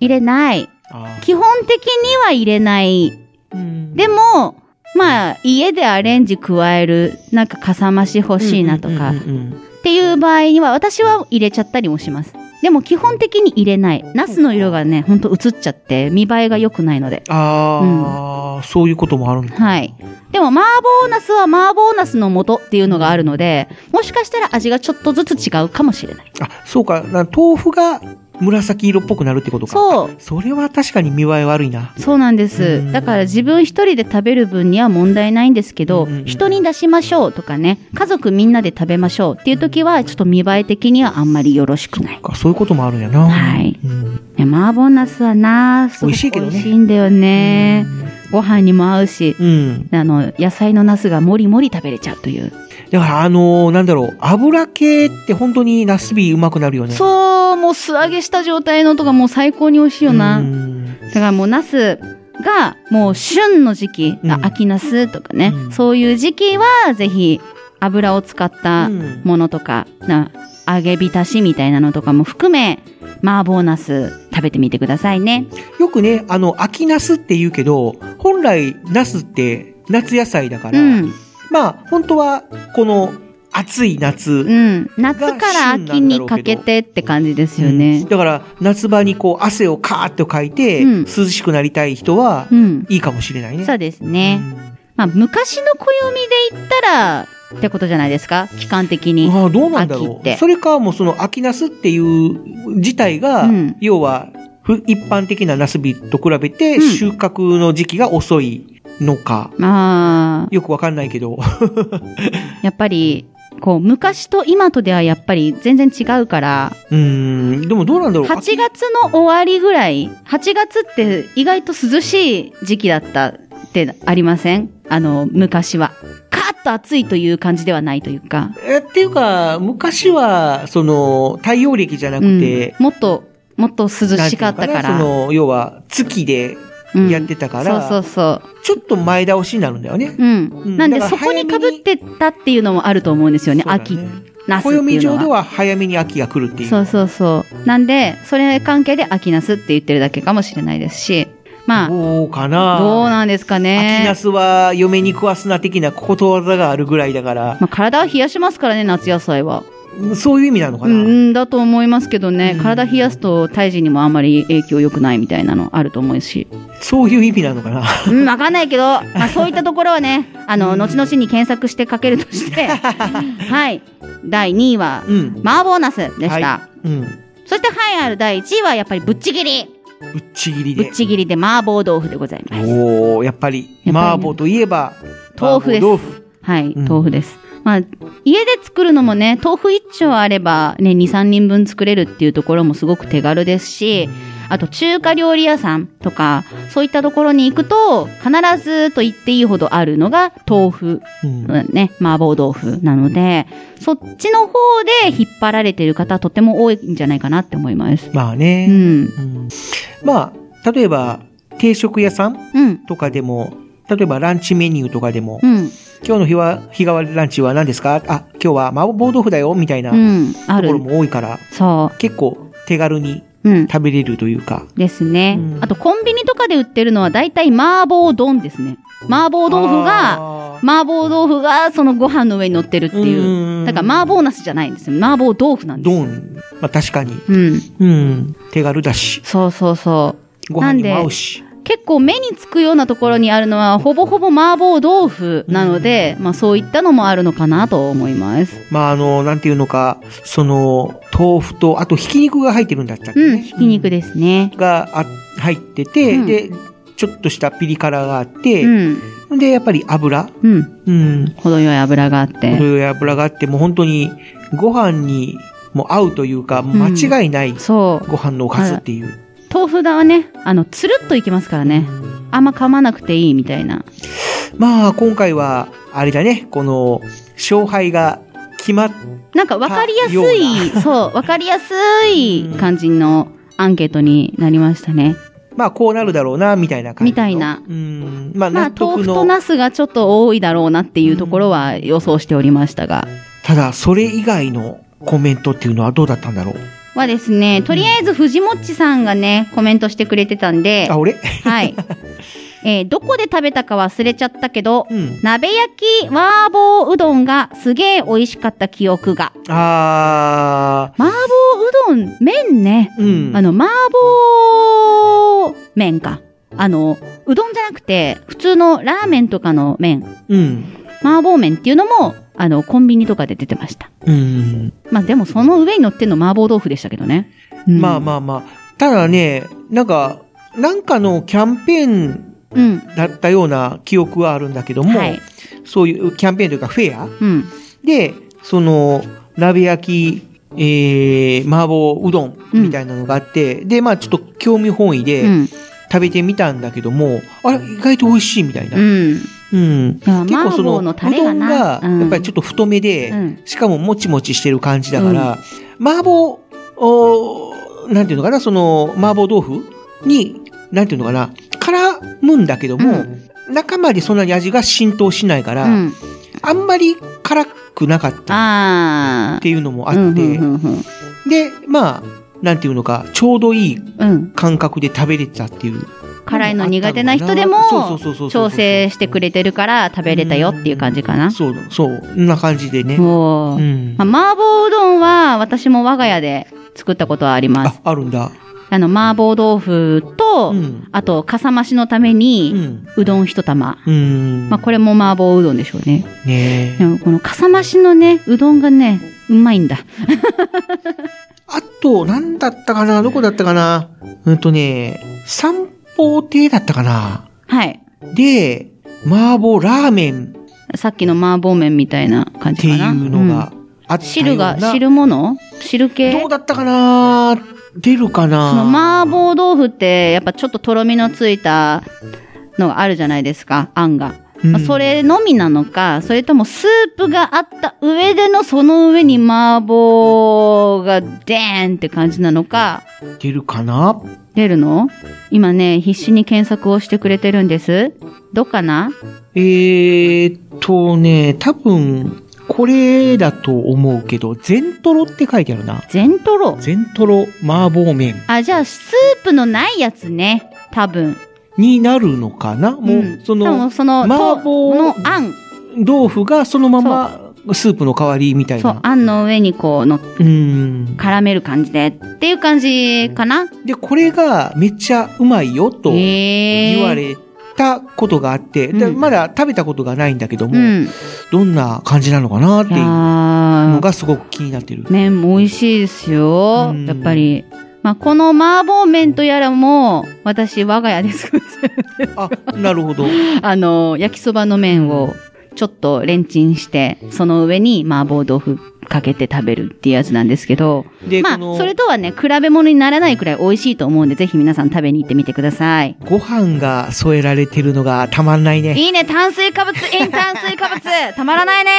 Speaker 2: 入れない。
Speaker 4: あ
Speaker 2: 基本的には入れない。
Speaker 4: ーうん
Speaker 2: でも、まあ、家でアレンジ加える、なんかかさ増し欲しいなとか、
Speaker 4: うん
Speaker 2: っ
Speaker 4: うんうんうん
Speaker 2: ていう場合には、私は入れちゃったりもします。でも基本的に入れない。ナスの色がね、ほんと映っちゃって、見栄えが良くないので。
Speaker 4: あー、そういうこともあるんだ。
Speaker 2: はい。でも、麻婆茄子は麻婆茄子の素っていうのがあるので、もしかしたら味がちょっとずつ違うかもしれない。
Speaker 4: あ、そうか。な豆腐が紫色っぽくなるってことか。
Speaker 2: そう
Speaker 4: それは確かに見栄え悪いな。
Speaker 2: そうなんで
Speaker 4: うん
Speaker 2: す。だから自分一人で食べる分には問題ないんですけど、
Speaker 4: うんうんうん
Speaker 2: 人に出しましょうとかね、家族みんなで食べましょうっていう時は、ちょっと見栄え的にはあんまりよろしくない。
Speaker 4: かそういうこともあるんやな。
Speaker 2: はい。
Speaker 4: うん
Speaker 2: ね、麻婆茄子はな、すご
Speaker 4: 美味しいけ
Speaker 2: く
Speaker 4: ど
Speaker 2: 美
Speaker 4: ね
Speaker 2: 味しいんだよね。ご飯にも合うし、
Speaker 4: うん。
Speaker 2: あの、野菜の茄子がもりもり食べれちゃうという。
Speaker 4: だから、あのーなんだろう、油系って本当にナスビうまくなるよね。う
Speaker 2: そう、もう素揚げした状態のとかもう最高に美味しいよな。
Speaker 4: ん
Speaker 2: だからもう茄子がもう旬の時期、
Speaker 4: うん
Speaker 2: あ秋茄子とかね、
Speaker 4: うん
Speaker 2: そういう時期はぜひ油を使った
Speaker 4: うん
Speaker 2: ものとか、な揚げ浸しみたいなのとかも含め麻婆茄子食べてみてくださいね。
Speaker 4: よくね、あの、秋ナスって言うけど、本来ナスって夏野菜だか
Speaker 2: う
Speaker 4: ら、
Speaker 2: ん、
Speaker 4: まあ、本当は、この暑い夏、
Speaker 2: うん、夏から秋にかけてって感じですよね
Speaker 4: うん。だから、夏場にこう、汗をカーッとかいて、
Speaker 2: うん
Speaker 4: 涼しくなりたい人は
Speaker 2: う、ん、
Speaker 4: いいかもしれないね。
Speaker 2: そうですね。まあ昔の暦で言ったらってことじゃないですか、期間的
Speaker 4: う
Speaker 2: に
Speaker 4: ん。ああ、どうなんだろ
Speaker 2: 秋っ
Speaker 4: う。
Speaker 2: て
Speaker 4: それか、もうその、秋ナスっていう自体が、
Speaker 2: うん
Speaker 4: 要は、ふ一般的なナスビと比べて、
Speaker 2: うん
Speaker 4: 収穫の時期が遅いのか、
Speaker 2: まあ
Speaker 4: よくわかんないけど。
Speaker 2: やっぱり、こう、昔と今とではやっぱり全然違うから、
Speaker 4: うーん、でもどうなんだろう。
Speaker 2: 8月の終わりぐらい、8月って意外と涼しい時期だったってありませんあの、昔は。カーッと暑いという感じではないというか。
Speaker 4: えっていうか、昔は、その、太陽暦じゃな
Speaker 2: う
Speaker 4: く
Speaker 2: ん
Speaker 4: て、、
Speaker 2: もっと、もっと涼
Speaker 4: なんて
Speaker 2: し
Speaker 4: いうの
Speaker 2: かったか
Speaker 4: なそ
Speaker 2: ら。
Speaker 4: の、要は、月で
Speaker 2: うん
Speaker 4: やってたから、
Speaker 2: そうそうそ
Speaker 4: ちょっと前倒しになるんだよね。
Speaker 2: う。うんん。なんで、
Speaker 4: だか
Speaker 2: そ
Speaker 4: ら
Speaker 2: こ
Speaker 4: 早め
Speaker 2: に
Speaker 4: に
Speaker 2: 被ってたっていうのもあると思うんですよね。秋、
Speaker 4: そうだね
Speaker 2: ナスってい
Speaker 4: 暦
Speaker 2: うの
Speaker 4: 上
Speaker 2: は
Speaker 4: で。は早めに秋が来るっていう。
Speaker 2: そうそうそう。なんで、それ関係で秋ナスって言ってるだけかもしれないですし、ま
Speaker 4: どうか
Speaker 2: あ、
Speaker 4: な
Speaker 2: どうなんですか
Speaker 4: 秋ナ
Speaker 2: ね。
Speaker 4: スは嫁に食わすな的なことわざがあるぐらいだから、
Speaker 2: まあ、体は冷やしますからね、夏野菜は。
Speaker 4: そういう意味なのか
Speaker 2: う
Speaker 4: な、
Speaker 2: ん、うんだと思いますけどね、
Speaker 4: うん
Speaker 2: 体冷やすと胎児にもあんまり影響良くないみたいなのあると思う し。
Speaker 4: そういう意味なのかな
Speaker 2: うん、わかんないけど、まあ、そういったところは ね、あの、後々に検索してかけるとして、はい。第2位は、
Speaker 4: うん。
Speaker 2: 麻婆ナスでした。
Speaker 4: はうん。
Speaker 2: そして、はい、ある第1位は、やっぱりぶっちぎり。
Speaker 4: ぶっちぎり
Speaker 2: ぶ
Speaker 4: で
Speaker 2: っ。ちぎりで麻婆豆腐でございます。
Speaker 4: おおやっぱり、
Speaker 2: やっぱりね
Speaker 4: 麻婆といえば、
Speaker 2: 豆腐です
Speaker 4: 麻婆豆腐。
Speaker 2: はい、
Speaker 4: うん
Speaker 2: 豆腐です。まあ、家で作るのもね、豆腐一丁あればね、2、3人分作れるっていうところもすごく手軽ですし、あと中華料理屋さんとか、そういったところに行くと、必ずと言っていいほどあるのが豆腐、
Speaker 4: うん
Speaker 2: ね、麻婆豆腐なので、そっちの方で引っ張られてる方とても多いんじゃないかなって思います。
Speaker 4: まあ
Speaker 2: う
Speaker 4: ね、
Speaker 2: ん、
Speaker 4: うんまあ、例えば、定食屋さん
Speaker 2: うん、
Speaker 4: とかでも、例えばランチメニューとかでも、
Speaker 2: うん、
Speaker 4: 今日の日は、日替わりランチは何ですかあ、今日は麻婆豆腐だよ、みたいな
Speaker 2: う
Speaker 4: と
Speaker 2: ん、あ
Speaker 4: ころ
Speaker 2: る。
Speaker 4: も多いから、
Speaker 2: そ
Speaker 4: 結構手軽に
Speaker 2: う、うん、
Speaker 4: 食べれるというか。
Speaker 2: ですね、
Speaker 4: うん
Speaker 2: あとコンビニとかで売ってるのは大体麻婆丼ですね麻婆豆腐が
Speaker 4: あー、
Speaker 2: 麻婆豆腐がそのご飯の上に乗ってるっていう
Speaker 4: うん
Speaker 2: だから麻婆茄子じゃないんですよ麻婆豆腐なんです
Speaker 4: ド
Speaker 2: よ
Speaker 4: ン。まあ確かに。
Speaker 2: うん
Speaker 4: うん。手軽だし、
Speaker 2: そうそうそ
Speaker 4: ご飯にも合うし。
Speaker 2: う結構目につくようなところにあるのはほぼほぼ麻婆豆腐なので、まあそういったのもあるのかなと思います
Speaker 4: まああの、なんていうのか、その、豆腐と、あとひき肉が入ってるんだったっけ、ね
Speaker 2: うんひき肉ですね
Speaker 4: があ入ってて、
Speaker 2: うん
Speaker 4: で、ちょっとしたピリ辛があっ
Speaker 2: う
Speaker 4: て、
Speaker 2: ん
Speaker 4: で、やっぱり油、
Speaker 2: うん
Speaker 4: うん、
Speaker 2: 程よい油があっ
Speaker 4: こ
Speaker 2: て
Speaker 4: れ油があって、もう本当にご飯にもう合うというか、間違いない
Speaker 2: そう
Speaker 4: ご飯のおかずっていう。
Speaker 2: 豆腐だはねあのつるっといけますからねあんま噛まなくていいみたいな
Speaker 4: まあ、今回は、あれだね、この、勝敗が決まっ
Speaker 2: なんか分かりやす
Speaker 4: よう
Speaker 2: い、そう、分かりやすい感じのアンケートになりましたね。
Speaker 4: まあ、こうなるだろうな、みたいな感じの。
Speaker 2: みたいな
Speaker 4: うん。まあ、
Speaker 2: ま
Speaker 4: 納
Speaker 2: あ、豆
Speaker 4: 得
Speaker 2: 腐
Speaker 4: の。
Speaker 2: とナスがちょっと多いだろうなっていうところは予想しておりましたが。
Speaker 4: ただ、それ以外のコメントっていうのはどうだったんだろう。
Speaker 2: はですね、とりあえず藤もっちさんがね、コメントしてくれてたんで
Speaker 4: あ、、俺
Speaker 2: はい。えーどこで食べたか忘れちゃったけど、
Speaker 4: うん。
Speaker 2: 鍋焼き麻婆うどんがすげえ美味しかった記憶が。
Speaker 4: あ
Speaker 2: 麻婆うどん、麺ね。
Speaker 4: ー。うん。
Speaker 2: あの、麻婆麺か。あの、うどんじゃなくて、普通のラーメンとかの麺、
Speaker 4: うん。
Speaker 2: 麻婆麺っていうのも、あの、コンビニとかで出てました。
Speaker 4: うん。
Speaker 2: まあでもその上に乗ってんの麻婆豆腐でしたけどね。うん
Speaker 4: まあまあまあ。ただね、なんか、なんかのキャンペーン
Speaker 2: うん。
Speaker 4: だったような記憶はあるんだけども、
Speaker 2: はい。
Speaker 4: そういうキャンペーンというかフェア
Speaker 2: うん。
Speaker 4: で、その、鍋焼き、えー、麻婆うどんみたいなのがあって、で、まあちょっと興味本位
Speaker 2: う
Speaker 4: で
Speaker 2: ん。
Speaker 4: 食べてみたんだけども、あれ、意外と美味しいみたいな。
Speaker 2: う
Speaker 4: うん。
Speaker 2: ん。結
Speaker 4: 結構その、う
Speaker 2: タレ
Speaker 4: ど
Speaker 2: が
Speaker 4: ん
Speaker 2: な
Speaker 4: が、やっぱりちょっと太めで、
Speaker 2: うん
Speaker 4: しかももちもちしてる感じだから、麻婆、おーなんていうのかな、その、麻婆豆腐に、なんていうのかな、絡むんだけども、中までそんなに味が浸透しないから、
Speaker 2: うん。
Speaker 4: あんまり辛くなかった
Speaker 2: ああ
Speaker 4: っ。ていうのもあって、
Speaker 2: うんうんうん
Speaker 4: で、まあ、なんていうのか、ちょうどいい
Speaker 2: うんうん。
Speaker 4: 感覚で食べれたっていう。
Speaker 2: 辛いの苦手な人で
Speaker 4: そう
Speaker 2: も
Speaker 4: そうそうそうそう
Speaker 2: 調整してくれてるから食べれたよっていう感じかな。
Speaker 4: そう、そう、そんな感じでね。
Speaker 2: お
Speaker 4: う
Speaker 2: ー
Speaker 4: ん。
Speaker 2: まあ麻婆うどんは私も我が家で作ったことはありま
Speaker 4: あ
Speaker 2: す。、
Speaker 4: あるんだ。
Speaker 2: あの麻婆豆腐と、
Speaker 4: うん。
Speaker 2: あとかさ増しのため
Speaker 4: う
Speaker 2: に
Speaker 4: ん。
Speaker 2: うどん一玉。
Speaker 4: うん。
Speaker 2: まあこれも麻婆うどんでしょうね。
Speaker 4: ね
Speaker 2: で
Speaker 4: え。
Speaker 2: もこのかさ増しのね、うどんがね、うまいんだ。
Speaker 4: あと、なんだったかなどこだったかなうんとね、三宝亭だったかな
Speaker 2: はい。
Speaker 4: で、麻婆ラーメンっ
Speaker 2: さっきの麻婆麺みたいな感
Speaker 4: て
Speaker 2: じ
Speaker 4: い
Speaker 2: かな。
Speaker 4: うのがあ
Speaker 2: う
Speaker 4: っ
Speaker 2: ん
Speaker 4: たような、
Speaker 2: 汁が、汁物汁系
Speaker 4: どうだったかな出るかな
Speaker 2: その麻婆豆腐って、やっぱちょっととろみのついたのがあるじゃないですか、あんが。
Speaker 4: うん
Speaker 2: まあそれのみなのか、それともスープがあった上でのその上に麻婆がでーんって感じなのか、
Speaker 4: 出るかな
Speaker 2: 出るの今ね、必死に検索をしてくれてるんです。どうかな
Speaker 4: えーっとね、多分、これだと思うけど、全トロって書いてあるな。
Speaker 2: 全トロ。
Speaker 4: 全トロ麻婆麺
Speaker 2: あ、じゃあスープのないやつね、多分。
Speaker 4: になるのかな、も
Speaker 2: ん
Speaker 4: う、そ
Speaker 2: 多分
Speaker 4: の、
Speaker 2: その、
Speaker 4: 麻婆
Speaker 2: とのあん。
Speaker 4: 豆腐がそのままスープの代わりみたい
Speaker 2: そう
Speaker 4: な、。
Speaker 2: あんの上にこうの、
Speaker 4: うん。
Speaker 2: 絡める感じでっていう感じかな
Speaker 4: で、これがめっちゃうまいよと言
Speaker 2: 言
Speaker 4: われたことがあって、
Speaker 2: ん
Speaker 4: でまだ食べたことがないんだけども、
Speaker 2: うん。い
Speaker 4: どんな感じなのかなって
Speaker 2: や
Speaker 4: いうの
Speaker 2: ー
Speaker 4: がすごく気になってる。
Speaker 2: 麺も美味しいですよ
Speaker 4: う。ん
Speaker 2: やっぱり。まあ、この麻婆麺とやらも、私、我が家です。
Speaker 4: あ、なるほど。
Speaker 2: あの、焼きそばの麺を、ちょっとレンチンして、その上に麻婆豆腐かけて食べるっていうやつなんですけど、
Speaker 4: で、
Speaker 2: まあ
Speaker 4: この、
Speaker 2: それとはね、比べ物にならないくらい美味しいと思うんで、ぜひ皆さん食べに行ってみてください。
Speaker 4: ご飯が添えられてるのがたまんないね。
Speaker 2: いいね、炭水 化物、イン炭水化物、たまらないね。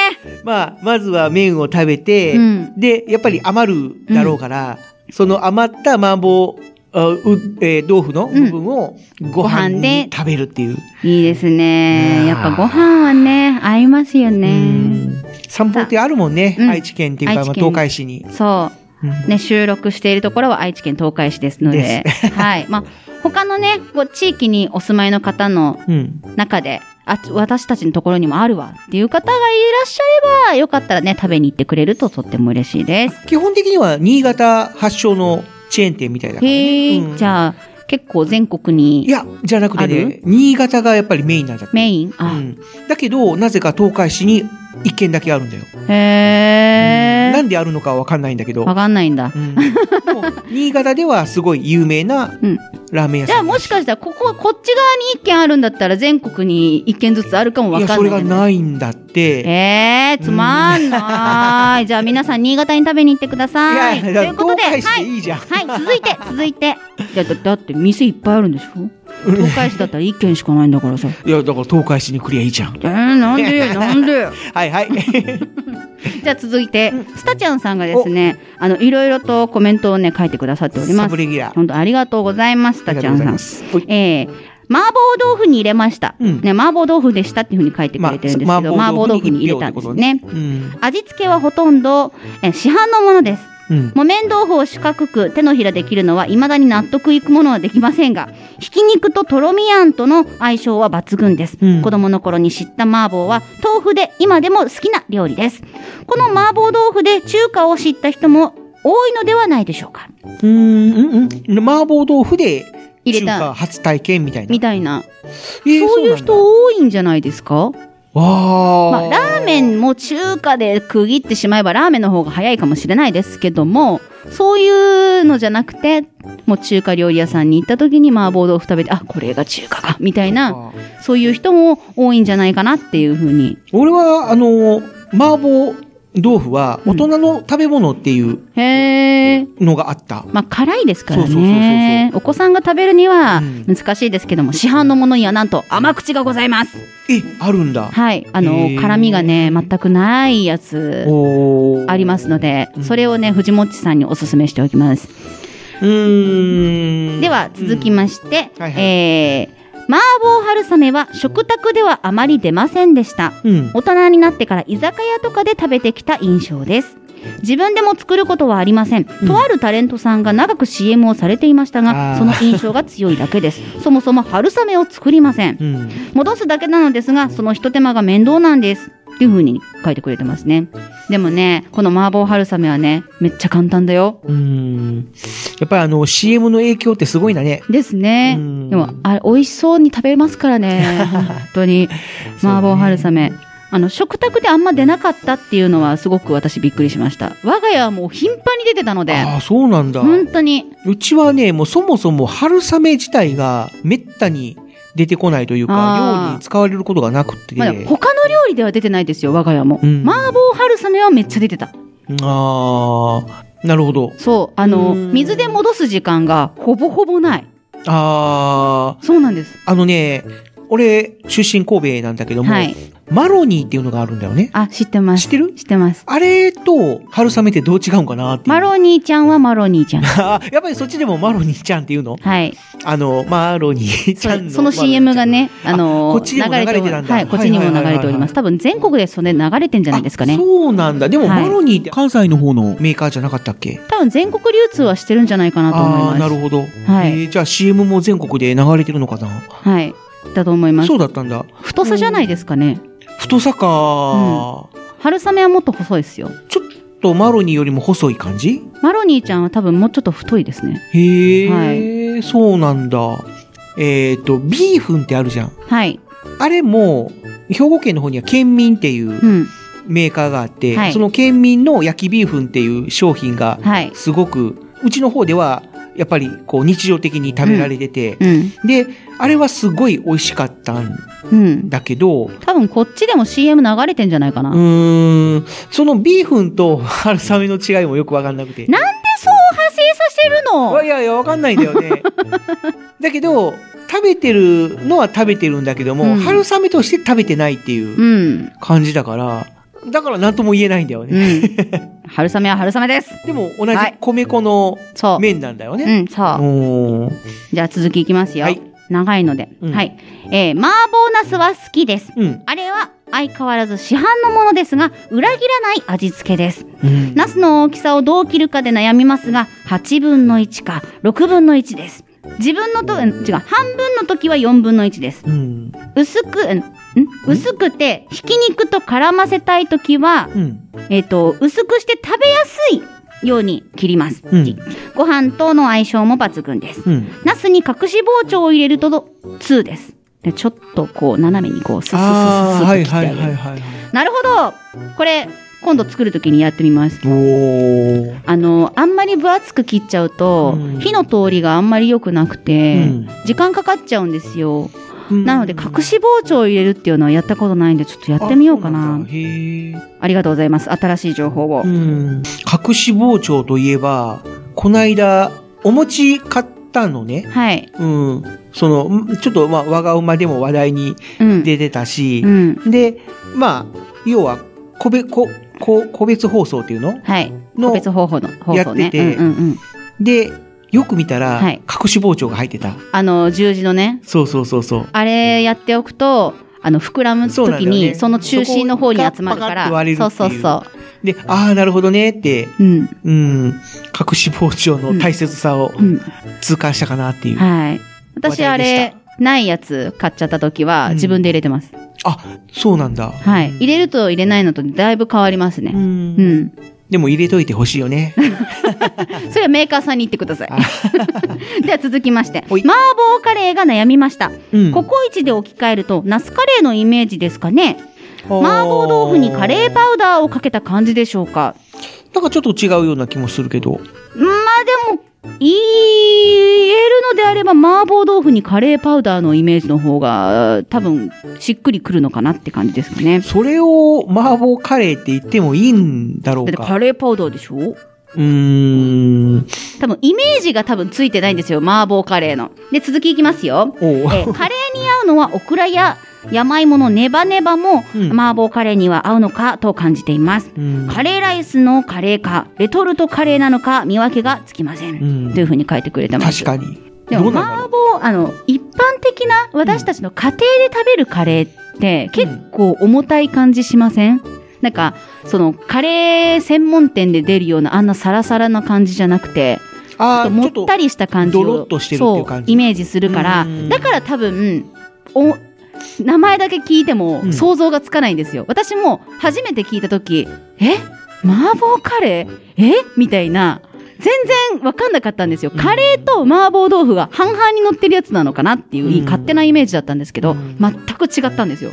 Speaker 4: まあ、まずは麺を食べて、
Speaker 2: うん
Speaker 4: で、やっぱり余るだろうから、その余った麻婆、あうえー豆腐の部分をご飯
Speaker 2: ご飯
Speaker 4: に
Speaker 2: で
Speaker 4: 食べるっていう。
Speaker 2: いいです
Speaker 4: い
Speaker 2: ね。
Speaker 4: や
Speaker 2: や
Speaker 4: ー
Speaker 2: っぱご飯はね、合いますよね。
Speaker 4: 散歩ってあるもんね。
Speaker 2: うん
Speaker 4: 愛知県っていうか、
Speaker 2: 愛
Speaker 4: まあ、
Speaker 2: 知県
Speaker 4: 東海市に。
Speaker 2: そ
Speaker 4: うん
Speaker 2: う。ね、収録しているところは愛知県東海市ですので、 はい。まあ、他のね、こう地域にお住まいの方の
Speaker 4: うん。
Speaker 2: 中で、あ、私たちのところにもあるわっていう方がいらっしゃれば、よかったらね、食べに行ってくれるととっても嬉しいです。
Speaker 4: 基本的には新潟発祥のチェーン店みたいだから、
Speaker 2: へえ、
Speaker 4: うん
Speaker 2: じゃあ、結構全国
Speaker 4: い
Speaker 2: に
Speaker 4: や、じゃなくて
Speaker 2: あ
Speaker 4: ね、新潟がやっぱりメインなんだって
Speaker 2: メイン
Speaker 4: う
Speaker 2: あ、
Speaker 4: ん。だけど、なぜか東海市に一軒だけあるんだよ。
Speaker 2: へ
Speaker 4: な
Speaker 2: え。
Speaker 4: んであるのかはわかんないんだけど
Speaker 2: わ。かんないんだ。
Speaker 4: うんでも新潟ではすごい有名な
Speaker 2: うん
Speaker 4: ラーメン屋
Speaker 2: じゃ
Speaker 4: さ
Speaker 2: あ
Speaker 4: ん。
Speaker 2: もしかしたら、ここ、こっち側に一軒あるんだったら、全国に一軒ずつあるかもわ
Speaker 4: い
Speaker 2: か
Speaker 4: や、
Speaker 2: んない
Speaker 4: そ
Speaker 2: よね。
Speaker 4: れがないんだって。
Speaker 2: えー、つまんない。じゃあ皆さん、新潟に食べに行ってくだ
Speaker 4: い
Speaker 2: さ
Speaker 4: や、
Speaker 2: い。と
Speaker 4: い
Speaker 2: いう
Speaker 4: や
Speaker 2: こと
Speaker 4: 東
Speaker 2: で、はい。
Speaker 4: 海市
Speaker 2: は
Speaker 4: でいいじゃん。
Speaker 2: い、続いて、続いて。いやだだって店いっぱいあるんでしょ東海市だったら一軒しかないんだからさ。
Speaker 4: いや、だから東海市に来りゃいいじゃん。
Speaker 2: えー、なんでなんで
Speaker 4: はいはい。
Speaker 2: じゃあ続いて、スタちゃんさんがですね、あの、いろいろとコメントをね、書いてくださっており
Speaker 4: サ
Speaker 2: ま
Speaker 4: ブ
Speaker 2: す。
Speaker 4: レギュラー。
Speaker 2: 本当ありがとうございます、ス
Speaker 4: あ
Speaker 2: タ
Speaker 4: りが
Speaker 2: ち
Speaker 4: と
Speaker 2: ゃ
Speaker 4: うんござ
Speaker 2: さん
Speaker 4: いま。す。ほい
Speaker 2: えー、麻婆豆腐に入れました。
Speaker 4: うん
Speaker 2: ね、麻婆豆腐でしたっていうふうに書いてくれてるんですけど、
Speaker 4: まあ
Speaker 2: 麻婆豆腐に入れたんですね。
Speaker 4: うん。
Speaker 2: 味付けはほとんど、えー市販のものです。
Speaker 4: うん。
Speaker 2: 木綿豆腐を四角く手のひらで切るのは未だに納得いくものはできませんが、ひき肉ととろみあんとの相性は抜群です。
Speaker 4: うん
Speaker 2: 子供の頃に知った麻婆は豆腐で今でも好きな料理です。この麻婆豆腐で中華を知った人も多いのではないでしょうか。
Speaker 4: うん。うん。うん麻婆豆腐で
Speaker 2: 入
Speaker 4: 中
Speaker 2: れた
Speaker 4: 華初体験みたいな。
Speaker 2: みたいな。
Speaker 4: えー
Speaker 2: そういう人
Speaker 4: なんだ
Speaker 2: 多いんじゃないですかま
Speaker 4: わ
Speaker 2: あ、
Speaker 4: ー。
Speaker 2: ラーメンも中華で区切ってしまえばラーメンの方が早いかもしれないですけども、そういうのじゃなくて、もう中華料理屋さんに行った時に麻婆豆腐食べて、あ、これが中華か、みたいな、そういう人も多いんじゃないかなっていうふうに。
Speaker 4: 俺は、あの、麻婆豆腐は大人の食べ物っていう
Speaker 2: へー。
Speaker 4: のがあった。
Speaker 2: まあ、辛いですから
Speaker 4: そうそうそう
Speaker 2: ね。お子さんが食べるには
Speaker 4: うん
Speaker 2: 難しいですけども、市販のものにはなんと甘口がございます。
Speaker 4: え、あるんだ。
Speaker 2: はい。あの、
Speaker 4: へー
Speaker 2: 辛みがね、全くないやつ。
Speaker 4: おー
Speaker 2: ありますの。で
Speaker 4: う、ん
Speaker 2: それをね、藤もっちさんにおすすめしておきます。
Speaker 4: うーん。
Speaker 2: では、続きまして、
Speaker 4: はいはい
Speaker 2: えー、麻婆春雨は食卓ではあまり出ませんでした。
Speaker 4: うん。
Speaker 2: 大人になってから居酒屋とかで食べてきた印象です。自分でも作ることはありません。
Speaker 4: うん
Speaker 2: とあるタレントさんが長く CM をされていました
Speaker 4: あ
Speaker 2: が、
Speaker 4: ー
Speaker 2: その印象が強いだけです。 そもそも春雨を作りません。
Speaker 4: うん。
Speaker 2: 戻すだけなのですが、その一手間が面倒なんです。っていう風に書いてくれてますね。でもね、この麻婆春雨はね、めっちゃ簡単だよ。
Speaker 4: うん。やっぱりあの、CM の影響ってすごいんだね。
Speaker 2: ですね
Speaker 4: う。ん
Speaker 2: でも、あれ、美味しそうに食べますから ね。本当に。麻婆春雨。あの、食卓であんま出なかったっていうのはすごく私びっくりしました。我が家はもう頻繁に出てたので、
Speaker 4: ああ、そうなんだ。
Speaker 2: 本当に。
Speaker 4: うちはね、もうそもそも春雨自体がめったに出てこないという
Speaker 2: あ
Speaker 4: か
Speaker 2: ー、
Speaker 4: 料理に使われることがなくて。
Speaker 2: まあ、他の料理では出てないですよ、我が家も。
Speaker 4: うん
Speaker 2: 麻婆春雨はめっちゃ出てた。
Speaker 4: ああ、なるほど。
Speaker 2: そう。あの、
Speaker 4: うん
Speaker 2: 水で戻す時間がほぼほぼない。
Speaker 4: ああ、
Speaker 2: そうなんです。
Speaker 4: あのね、俺、出身神戸なんだけども、
Speaker 2: はい。
Speaker 4: マロニーっていうのがあるんだよね。
Speaker 2: あ、知ってます。
Speaker 4: 知ってる
Speaker 2: 知ってます。
Speaker 4: あれと春雨ってどう違うんかなっていう。
Speaker 2: マロニーちゃんはマロニーちゃ ん。
Speaker 4: あやっぱりそっちでもマロニーちゃんっていうの
Speaker 2: はい。
Speaker 4: あの、マロニーち
Speaker 2: そ
Speaker 4: ゃ
Speaker 2: う
Speaker 4: んの。
Speaker 2: その CM がね、あの
Speaker 4: こっちにも流れてたんだ
Speaker 2: はい、こっちにも
Speaker 4: はいは
Speaker 2: 流
Speaker 4: いはいはい
Speaker 2: れております。多分全国でそれ流れてんじゃないですか
Speaker 4: あ
Speaker 2: ね。
Speaker 4: そうなんだ。でも、
Speaker 2: はい
Speaker 4: マロニーって関
Speaker 1: 関西の方の
Speaker 4: メーカーじゃなかったっけ
Speaker 2: 多分全国流通はしてるんじゃないかなと思い
Speaker 4: あ
Speaker 2: ま
Speaker 4: あー、
Speaker 2: す。
Speaker 4: なるほど。
Speaker 2: はい
Speaker 4: えーじゃあ CM も全国で流れてるのかな
Speaker 2: はい。だと思います
Speaker 4: そ。うだったんだ。
Speaker 2: 太さじゃないですかね。
Speaker 4: 太さか、
Speaker 2: 春雨はもっと細いですよ。
Speaker 4: ちょっとマロニーよりも細い感じ
Speaker 2: マロニーちゃんは多分もうちょっと太いですね。
Speaker 4: へえ、そうなんだ。えっ、と、ビーフンってあるじゃん。
Speaker 2: はい。。
Speaker 4: あれも、兵庫県の方には県民っていううんメーカーがあって、
Speaker 2: はい
Speaker 4: その県民の焼きビーフンっていう商品が、
Speaker 2: はい。
Speaker 4: すごく、うちの方では、やっぱりこう日常的に食べられてて、
Speaker 2: うん。
Speaker 4: で、あれはすごい美味しかったん
Speaker 2: うん。
Speaker 4: だけど、
Speaker 2: 多分こっちでも CM 流れてんじゃないかな。
Speaker 4: うーん、そのビーフンと 春雨の違いもよくわかんなくて。
Speaker 2: なんでそう派生させるの
Speaker 4: いやいや、わかんないんだよね。だけど、食べてるのは食べてるんだけども、
Speaker 2: うん
Speaker 4: 春雨として食べてないっていう
Speaker 2: うん。
Speaker 4: 感じだから、だから何とも言えないんだよ
Speaker 2: う
Speaker 4: ね。
Speaker 2: ん。春雨は春雨です。
Speaker 4: でも同じ
Speaker 2: はい
Speaker 4: 米粉の
Speaker 2: そう。
Speaker 4: 麺なんだよ
Speaker 2: う
Speaker 4: ね。
Speaker 2: ん、そう。
Speaker 4: おー
Speaker 2: じゃあ続きいきますよ。
Speaker 4: はい
Speaker 2: 長いので。
Speaker 4: うん
Speaker 2: はい。えー、麻婆茄子は好きです。
Speaker 4: うん。
Speaker 2: あれは相変わらず市販のものですが、裏切らない味付けです。
Speaker 4: うん。
Speaker 2: 茄子の大きさをどう切るかで悩みますが、8分の1か6分の1です。自分のと、うん違う、半分の時は4分の1です。
Speaker 4: うん。
Speaker 2: 薄く、うんん薄くて、ひき肉と絡ませたい時は、
Speaker 4: うん。
Speaker 2: えっ、と、薄くして食べやすいように切ります。
Speaker 4: うん。
Speaker 2: ご飯との相性も抜群です。
Speaker 4: うん。
Speaker 2: ナスに隠し包丁を入れると2です。でちょっとこう斜めにこうスッスッ
Speaker 4: あ
Speaker 2: スッス
Speaker 4: あ、
Speaker 2: ッ
Speaker 4: は
Speaker 2: と
Speaker 4: い
Speaker 2: 切ってあ
Speaker 4: は
Speaker 2: げ
Speaker 4: い
Speaker 2: る。
Speaker 4: はいはい。
Speaker 2: なるほどこれ今度作るときにやってみます。
Speaker 4: おー。
Speaker 2: あの、あんまり分厚く切っちゃうと、
Speaker 4: うん
Speaker 2: 火の通りがあんまり良くなくて、
Speaker 4: うん
Speaker 2: 時間かかっちゃうんですよ。なので、隠し包丁を入れるっていうのはやったことないんで、ちょっとやってみようか
Speaker 4: あそう
Speaker 2: なん
Speaker 4: だ。へー
Speaker 2: ありがとうございます。新しい情報を。
Speaker 4: うん。隠し包丁といえば、こないだ、お餅買ったのね。
Speaker 2: はい。
Speaker 4: うん。その、んちょっと、まあ、我が馬でも話題に
Speaker 2: うん。
Speaker 4: 出てたし
Speaker 2: う、ん。
Speaker 4: で、まあ、要は、個別、こ、こ、個別放送っていうの
Speaker 2: はい。個
Speaker 4: の、
Speaker 2: 別方法の放送ね。
Speaker 4: やってて
Speaker 2: うんうんうん。
Speaker 4: で、よく見たら、
Speaker 2: はい
Speaker 4: 隠し包丁が入ってた。
Speaker 2: あの、十字のね、
Speaker 4: そうそうそうそう。
Speaker 2: あれやっておくと、あの、膨らむ
Speaker 4: そうなんだ
Speaker 2: 時
Speaker 4: よ
Speaker 2: に、
Speaker 4: ね
Speaker 2: その中心の方に集まるか
Speaker 4: そこがパカッと割
Speaker 2: ら、
Speaker 4: れる
Speaker 2: そう
Speaker 4: っ
Speaker 2: そ
Speaker 4: ていうう
Speaker 2: そ
Speaker 4: で、ああ、なるほどねって、
Speaker 2: う。うん。
Speaker 4: うん、隠し包丁の大切さを
Speaker 2: うん。
Speaker 4: 痛感したかなっていう。
Speaker 2: はい。私、あ
Speaker 4: 話題でし
Speaker 2: れ
Speaker 4: た、
Speaker 2: ないやつ買っちゃった時は、
Speaker 4: うん
Speaker 2: 自分で入れてます。
Speaker 4: あ、そうなんだ。
Speaker 2: はい。入れると入れないのとだいぶ変わります
Speaker 4: う
Speaker 2: ね。
Speaker 4: ん
Speaker 2: う。ん。
Speaker 4: でも入れといてほしいよ ね。
Speaker 2: それはメーカーさんに言ってください。 では続きまして、麻
Speaker 4: ほい
Speaker 2: 婆カレーが悩みました。
Speaker 4: うん
Speaker 2: ココイチで置き換えると、ナスカレーのイメージですかね。麻婆豆腐にカレー
Speaker 4: ン。
Speaker 2: パウダーをかけた感じでしょうか。
Speaker 4: なんかちょっと違うような気もするけど。
Speaker 2: まあでも、言えるのであれば、麻婆豆腐にカレーパウダーのイメージの方が、多分、しっくりくるのかなって感じですかね。だ
Speaker 4: それを麻婆カレーって言ってもいいんだろ
Speaker 2: っ
Speaker 4: う
Speaker 2: て
Speaker 4: か。
Speaker 2: カレーパウダーでしょ
Speaker 4: うーん。
Speaker 2: 多分、イメージが多分ついてないんですよ。麻婆カレーの。で、続きいきます よ。
Speaker 4: おう。
Speaker 2: えーカレーに合うのはオクラや山芋のネバネバも、
Speaker 4: うん
Speaker 2: 麻婆カレーには合うのかと感じています。
Speaker 4: うん
Speaker 2: カレーライスのカレーか、レトルトカレーなのか見分けがつきません。
Speaker 4: うん
Speaker 2: というふうに書いてくれてます。
Speaker 4: 確かに。
Speaker 2: で
Speaker 4: ど
Speaker 2: も
Speaker 4: うなんだろ
Speaker 2: 麻婆あの一般的な私たちの家庭で食べるカレーって結構重たい感じしません、なんかそのカレー専門店で出るようなあんなサラサラな感じじゃなくて
Speaker 4: あ
Speaker 2: ちょっとも
Speaker 4: あ、ちょ
Speaker 2: っ
Speaker 4: っと
Speaker 2: た。りした感じを
Speaker 4: ドロッとしてるっていう感じ
Speaker 2: そうイメージするから
Speaker 4: うん
Speaker 2: だから多分お名前だけ聞いて
Speaker 4: う
Speaker 2: も
Speaker 4: ん
Speaker 2: 想像がつかないんですよ、私も初めて聞いた時え麻婆カレーえみたいな全然わかんなかったんですよ、
Speaker 4: うん
Speaker 2: カレーと麻婆豆腐が半々に乗ってるやつなのかなっていう、
Speaker 4: うん
Speaker 2: 勝手なイメージだったんですけど、
Speaker 4: うん
Speaker 2: 全く違ったんですよ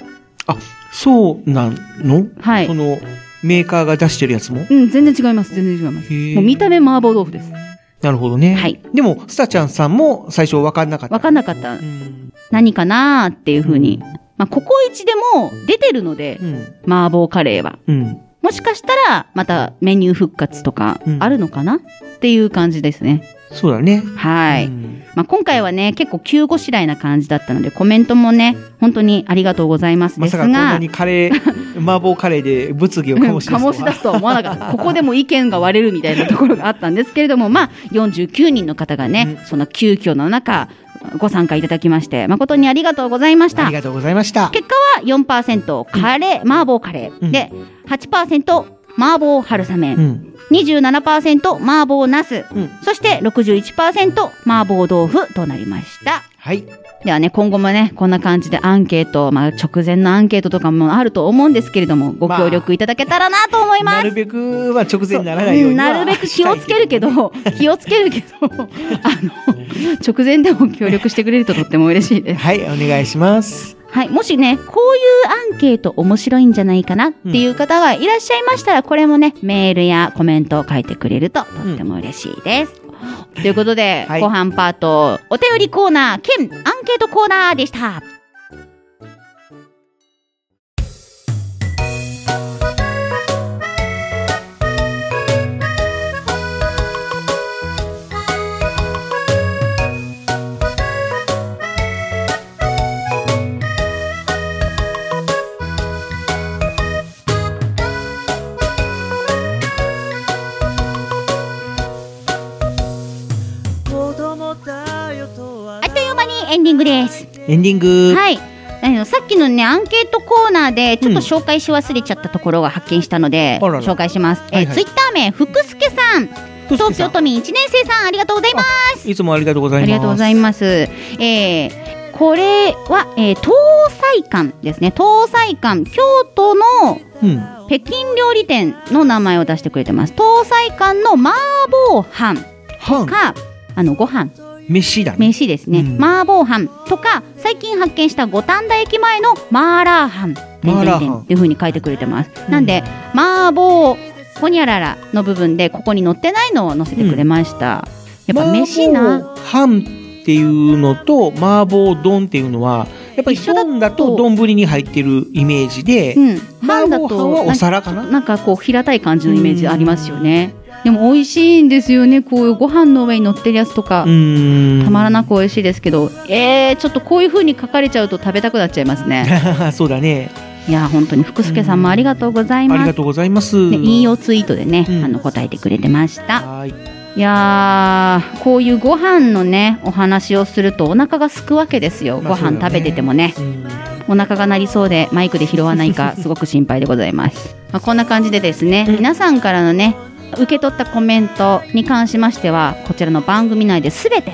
Speaker 4: そうなんの
Speaker 2: はい
Speaker 4: その、メーカーが出してるやつも
Speaker 2: うん全然違います全然違います
Speaker 4: へえ
Speaker 2: もう見た目麻婆豆腐です
Speaker 4: なるほどね。
Speaker 2: はい。
Speaker 4: でも、スタちゃんさんも最初分かんなかった。
Speaker 2: わかんなかった
Speaker 4: うん。
Speaker 2: 何かなーっていうふうに、まあ、ココイチでも出てるので、
Speaker 4: うん。
Speaker 2: 麻婆カレーは。
Speaker 4: うん。
Speaker 2: もしかしたら、またメニュー復活とか
Speaker 4: うん
Speaker 2: あるのかな、っていう感じですね。
Speaker 4: そうだね。
Speaker 2: はい。
Speaker 4: うん
Speaker 2: まあ、今回はね、結構急ごしらえな感じだったので、コメントもね、本当にありがとうございます。
Speaker 4: ま
Speaker 2: です
Speaker 4: さ
Speaker 2: が、
Speaker 4: かこんなにカレー、麻婆カレーで物議を醸し出すとは。
Speaker 2: 醸し出すとは思わなかった。ここでも意見が割れるみたいなところがあったんですけれども、まあ、49人の方がね、その急遽の中、ご参加いただきまして、誠にありがとうございまし
Speaker 4: あ
Speaker 2: た
Speaker 4: り。がとうございました。
Speaker 2: 結果は4%カレー、麻婆カレー、
Speaker 4: うん
Speaker 2: で8%麻婆春雨、
Speaker 4: うん。
Speaker 2: 27%麻婆茄子、
Speaker 4: うん
Speaker 2: そして61%麻婆豆腐となりました
Speaker 4: はい。
Speaker 2: ではね今後もねこんな感じでアンケート、まあ、直前のアンケートとかもあると思うんですけれどもご協力いただけたらなと思います、
Speaker 4: なるべくは直前にならないよう
Speaker 2: うん
Speaker 4: には
Speaker 2: なるべく気をつけるけ ど、気をつけるけど、あの、直前でも協力してくれるととっても嬉しいです。
Speaker 4: はい、お願いします。
Speaker 2: はい。もしね、こういうアンケート面白いんじゃないかなっていう方がいらっしゃいましたら、これもね、メールやコメントを書いてくれるととっても嬉しいです。ということで、
Speaker 4: はい
Speaker 2: 後半パート、お便りコーナー兼アンケートコーナーでした。あっという間にエンディングです。
Speaker 4: エンディング。
Speaker 2: はい。あのさっきのねアンケートコーナーでちょっと紹介し忘れちゃったところが発見したので、
Speaker 4: うんあらら
Speaker 2: 紹介します。
Speaker 4: は
Speaker 2: え
Speaker 4: いはい
Speaker 2: ツイッター名福助さん、
Speaker 4: 福助さん
Speaker 2: 東京都民1年生さんありがとうございます。
Speaker 4: いつもありがとうござい
Speaker 2: あ
Speaker 4: ます。
Speaker 2: りがとうございます。えーこれは、えー、東西館ですね。東西館京都の
Speaker 4: す。うん。
Speaker 2: 北京料理店の名前を出してくれてます。東西館の麻婆飯
Speaker 4: は
Speaker 2: かあのご飯
Speaker 4: ん、飯だね。
Speaker 2: 飯ですね、
Speaker 4: うん
Speaker 2: 麻婆飯とか最近発見した五反田駅前のマーラー飯
Speaker 4: 麻辣
Speaker 2: 点
Speaker 4: 飯
Speaker 2: 々っていう風に書いてくれてます、
Speaker 4: ん
Speaker 2: なんで麻婆ほにゃららの部分でここに載ってないのを載せてくれました、やっぱ飯な。
Speaker 4: 飯っていうのと、麻婆丼っていうのは、やっぱり
Speaker 2: 一緒だと
Speaker 4: 丼だと丼に入ってるイメージで
Speaker 2: う、ん
Speaker 4: 麻
Speaker 2: 飯だ
Speaker 4: 婆飯は
Speaker 2: と
Speaker 4: お皿かな
Speaker 2: なんかこう平たい感じのイメージありますよね、でも美味しいんですよねこういうご飯の上に乗ってるやつとか、
Speaker 4: うん。
Speaker 2: たまらなく美味しいですけどえー、ちょっとこういう風に書かれちゃうと食べたくなっちゃいますね
Speaker 4: く。 そうだね。
Speaker 2: いや本当に福助さんもありがとうござい
Speaker 4: あり
Speaker 2: ま
Speaker 4: が
Speaker 2: す。
Speaker 4: とうございます。
Speaker 2: ね、引用ツイートでね、
Speaker 4: うん
Speaker 2: あの答えてくれてました。
Speaker 4: はい。
Speaker 2: いやーこういうご飯のねお話をするとお腹が空くわけですよ。
Speaker 4: ま
Speaker 2: ご
Speaker 4: あ
Speaker 2: 飯食べててもね
Speaker 4: うん
Speaker 2: お腹が鳴りそうでマイクで拾わないかすごく心配でござい ます。まあ、こんな感じでですね、
Speaker 4: うん
Speaker 2: 皆さんからのね受け取ったコメントに関しましてはこちらの番組内で全て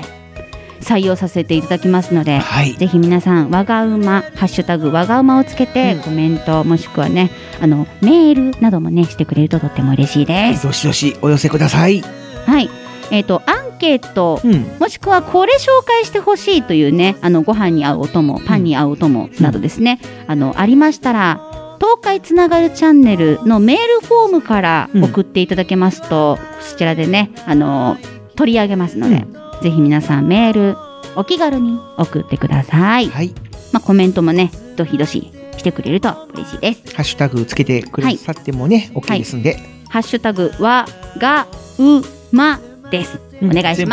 Speaker 2: 採用させていただきますので。
Speaker 4: はい。
Speaker 2: ぜひ皆さん、わが馬、ハッシュタグわが馬をつけて
Speaker 4: うん
Speaker 2: コメント、もしくはね、あの、メールなどもね、してくれるととっても嬉しいです。
Speaker 4: どしどしお寄せください。
Speaker 2: はい。えっ、と、アンケート、
Speaker 4: うん。
Speaker 2: もしくはこれ紹介してほしいというね、あの、ご飯に合うお供、パンに合うお供などですね、あの、ありましたら、東海つながるチャンネルのメールフォームから送っていただけますと、そちらでねあの取り上げますので、ぜひ皆さんメールお気軽に送ってください、
Speaker 4: はい。
Speaker 2: まあ、コメントもねどひどししてくれると嬉しいです
Speaker 4: ハッシュタグつけてくださってもね、OK ですんで。
Speaker 2: ハッシュタグはがうまですお
Speaker 4: うん
Speaker 2: 願いし
Speaker 4: 全部ひらがな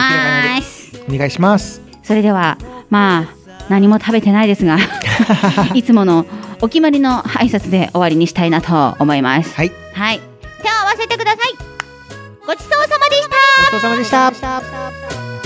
Speaker 2: ま
Speaker 4: ですお願いします。
Speaker 2: それではまあ何も食べてないです がいつものお決まりの挨拶で終わりにしたいなと思います
Speaker 4: はい
Speaker 2: はい、手を合わせてくださいごちそうさまでした
Speaker 4: ごちそうさまでした。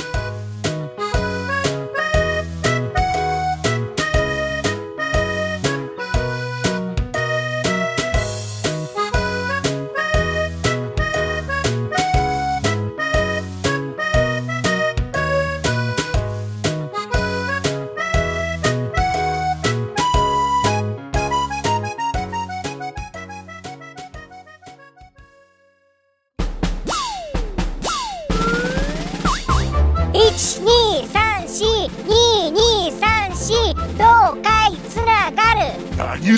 Speaker 10: 12342234東海つながる
Speaker 9: 何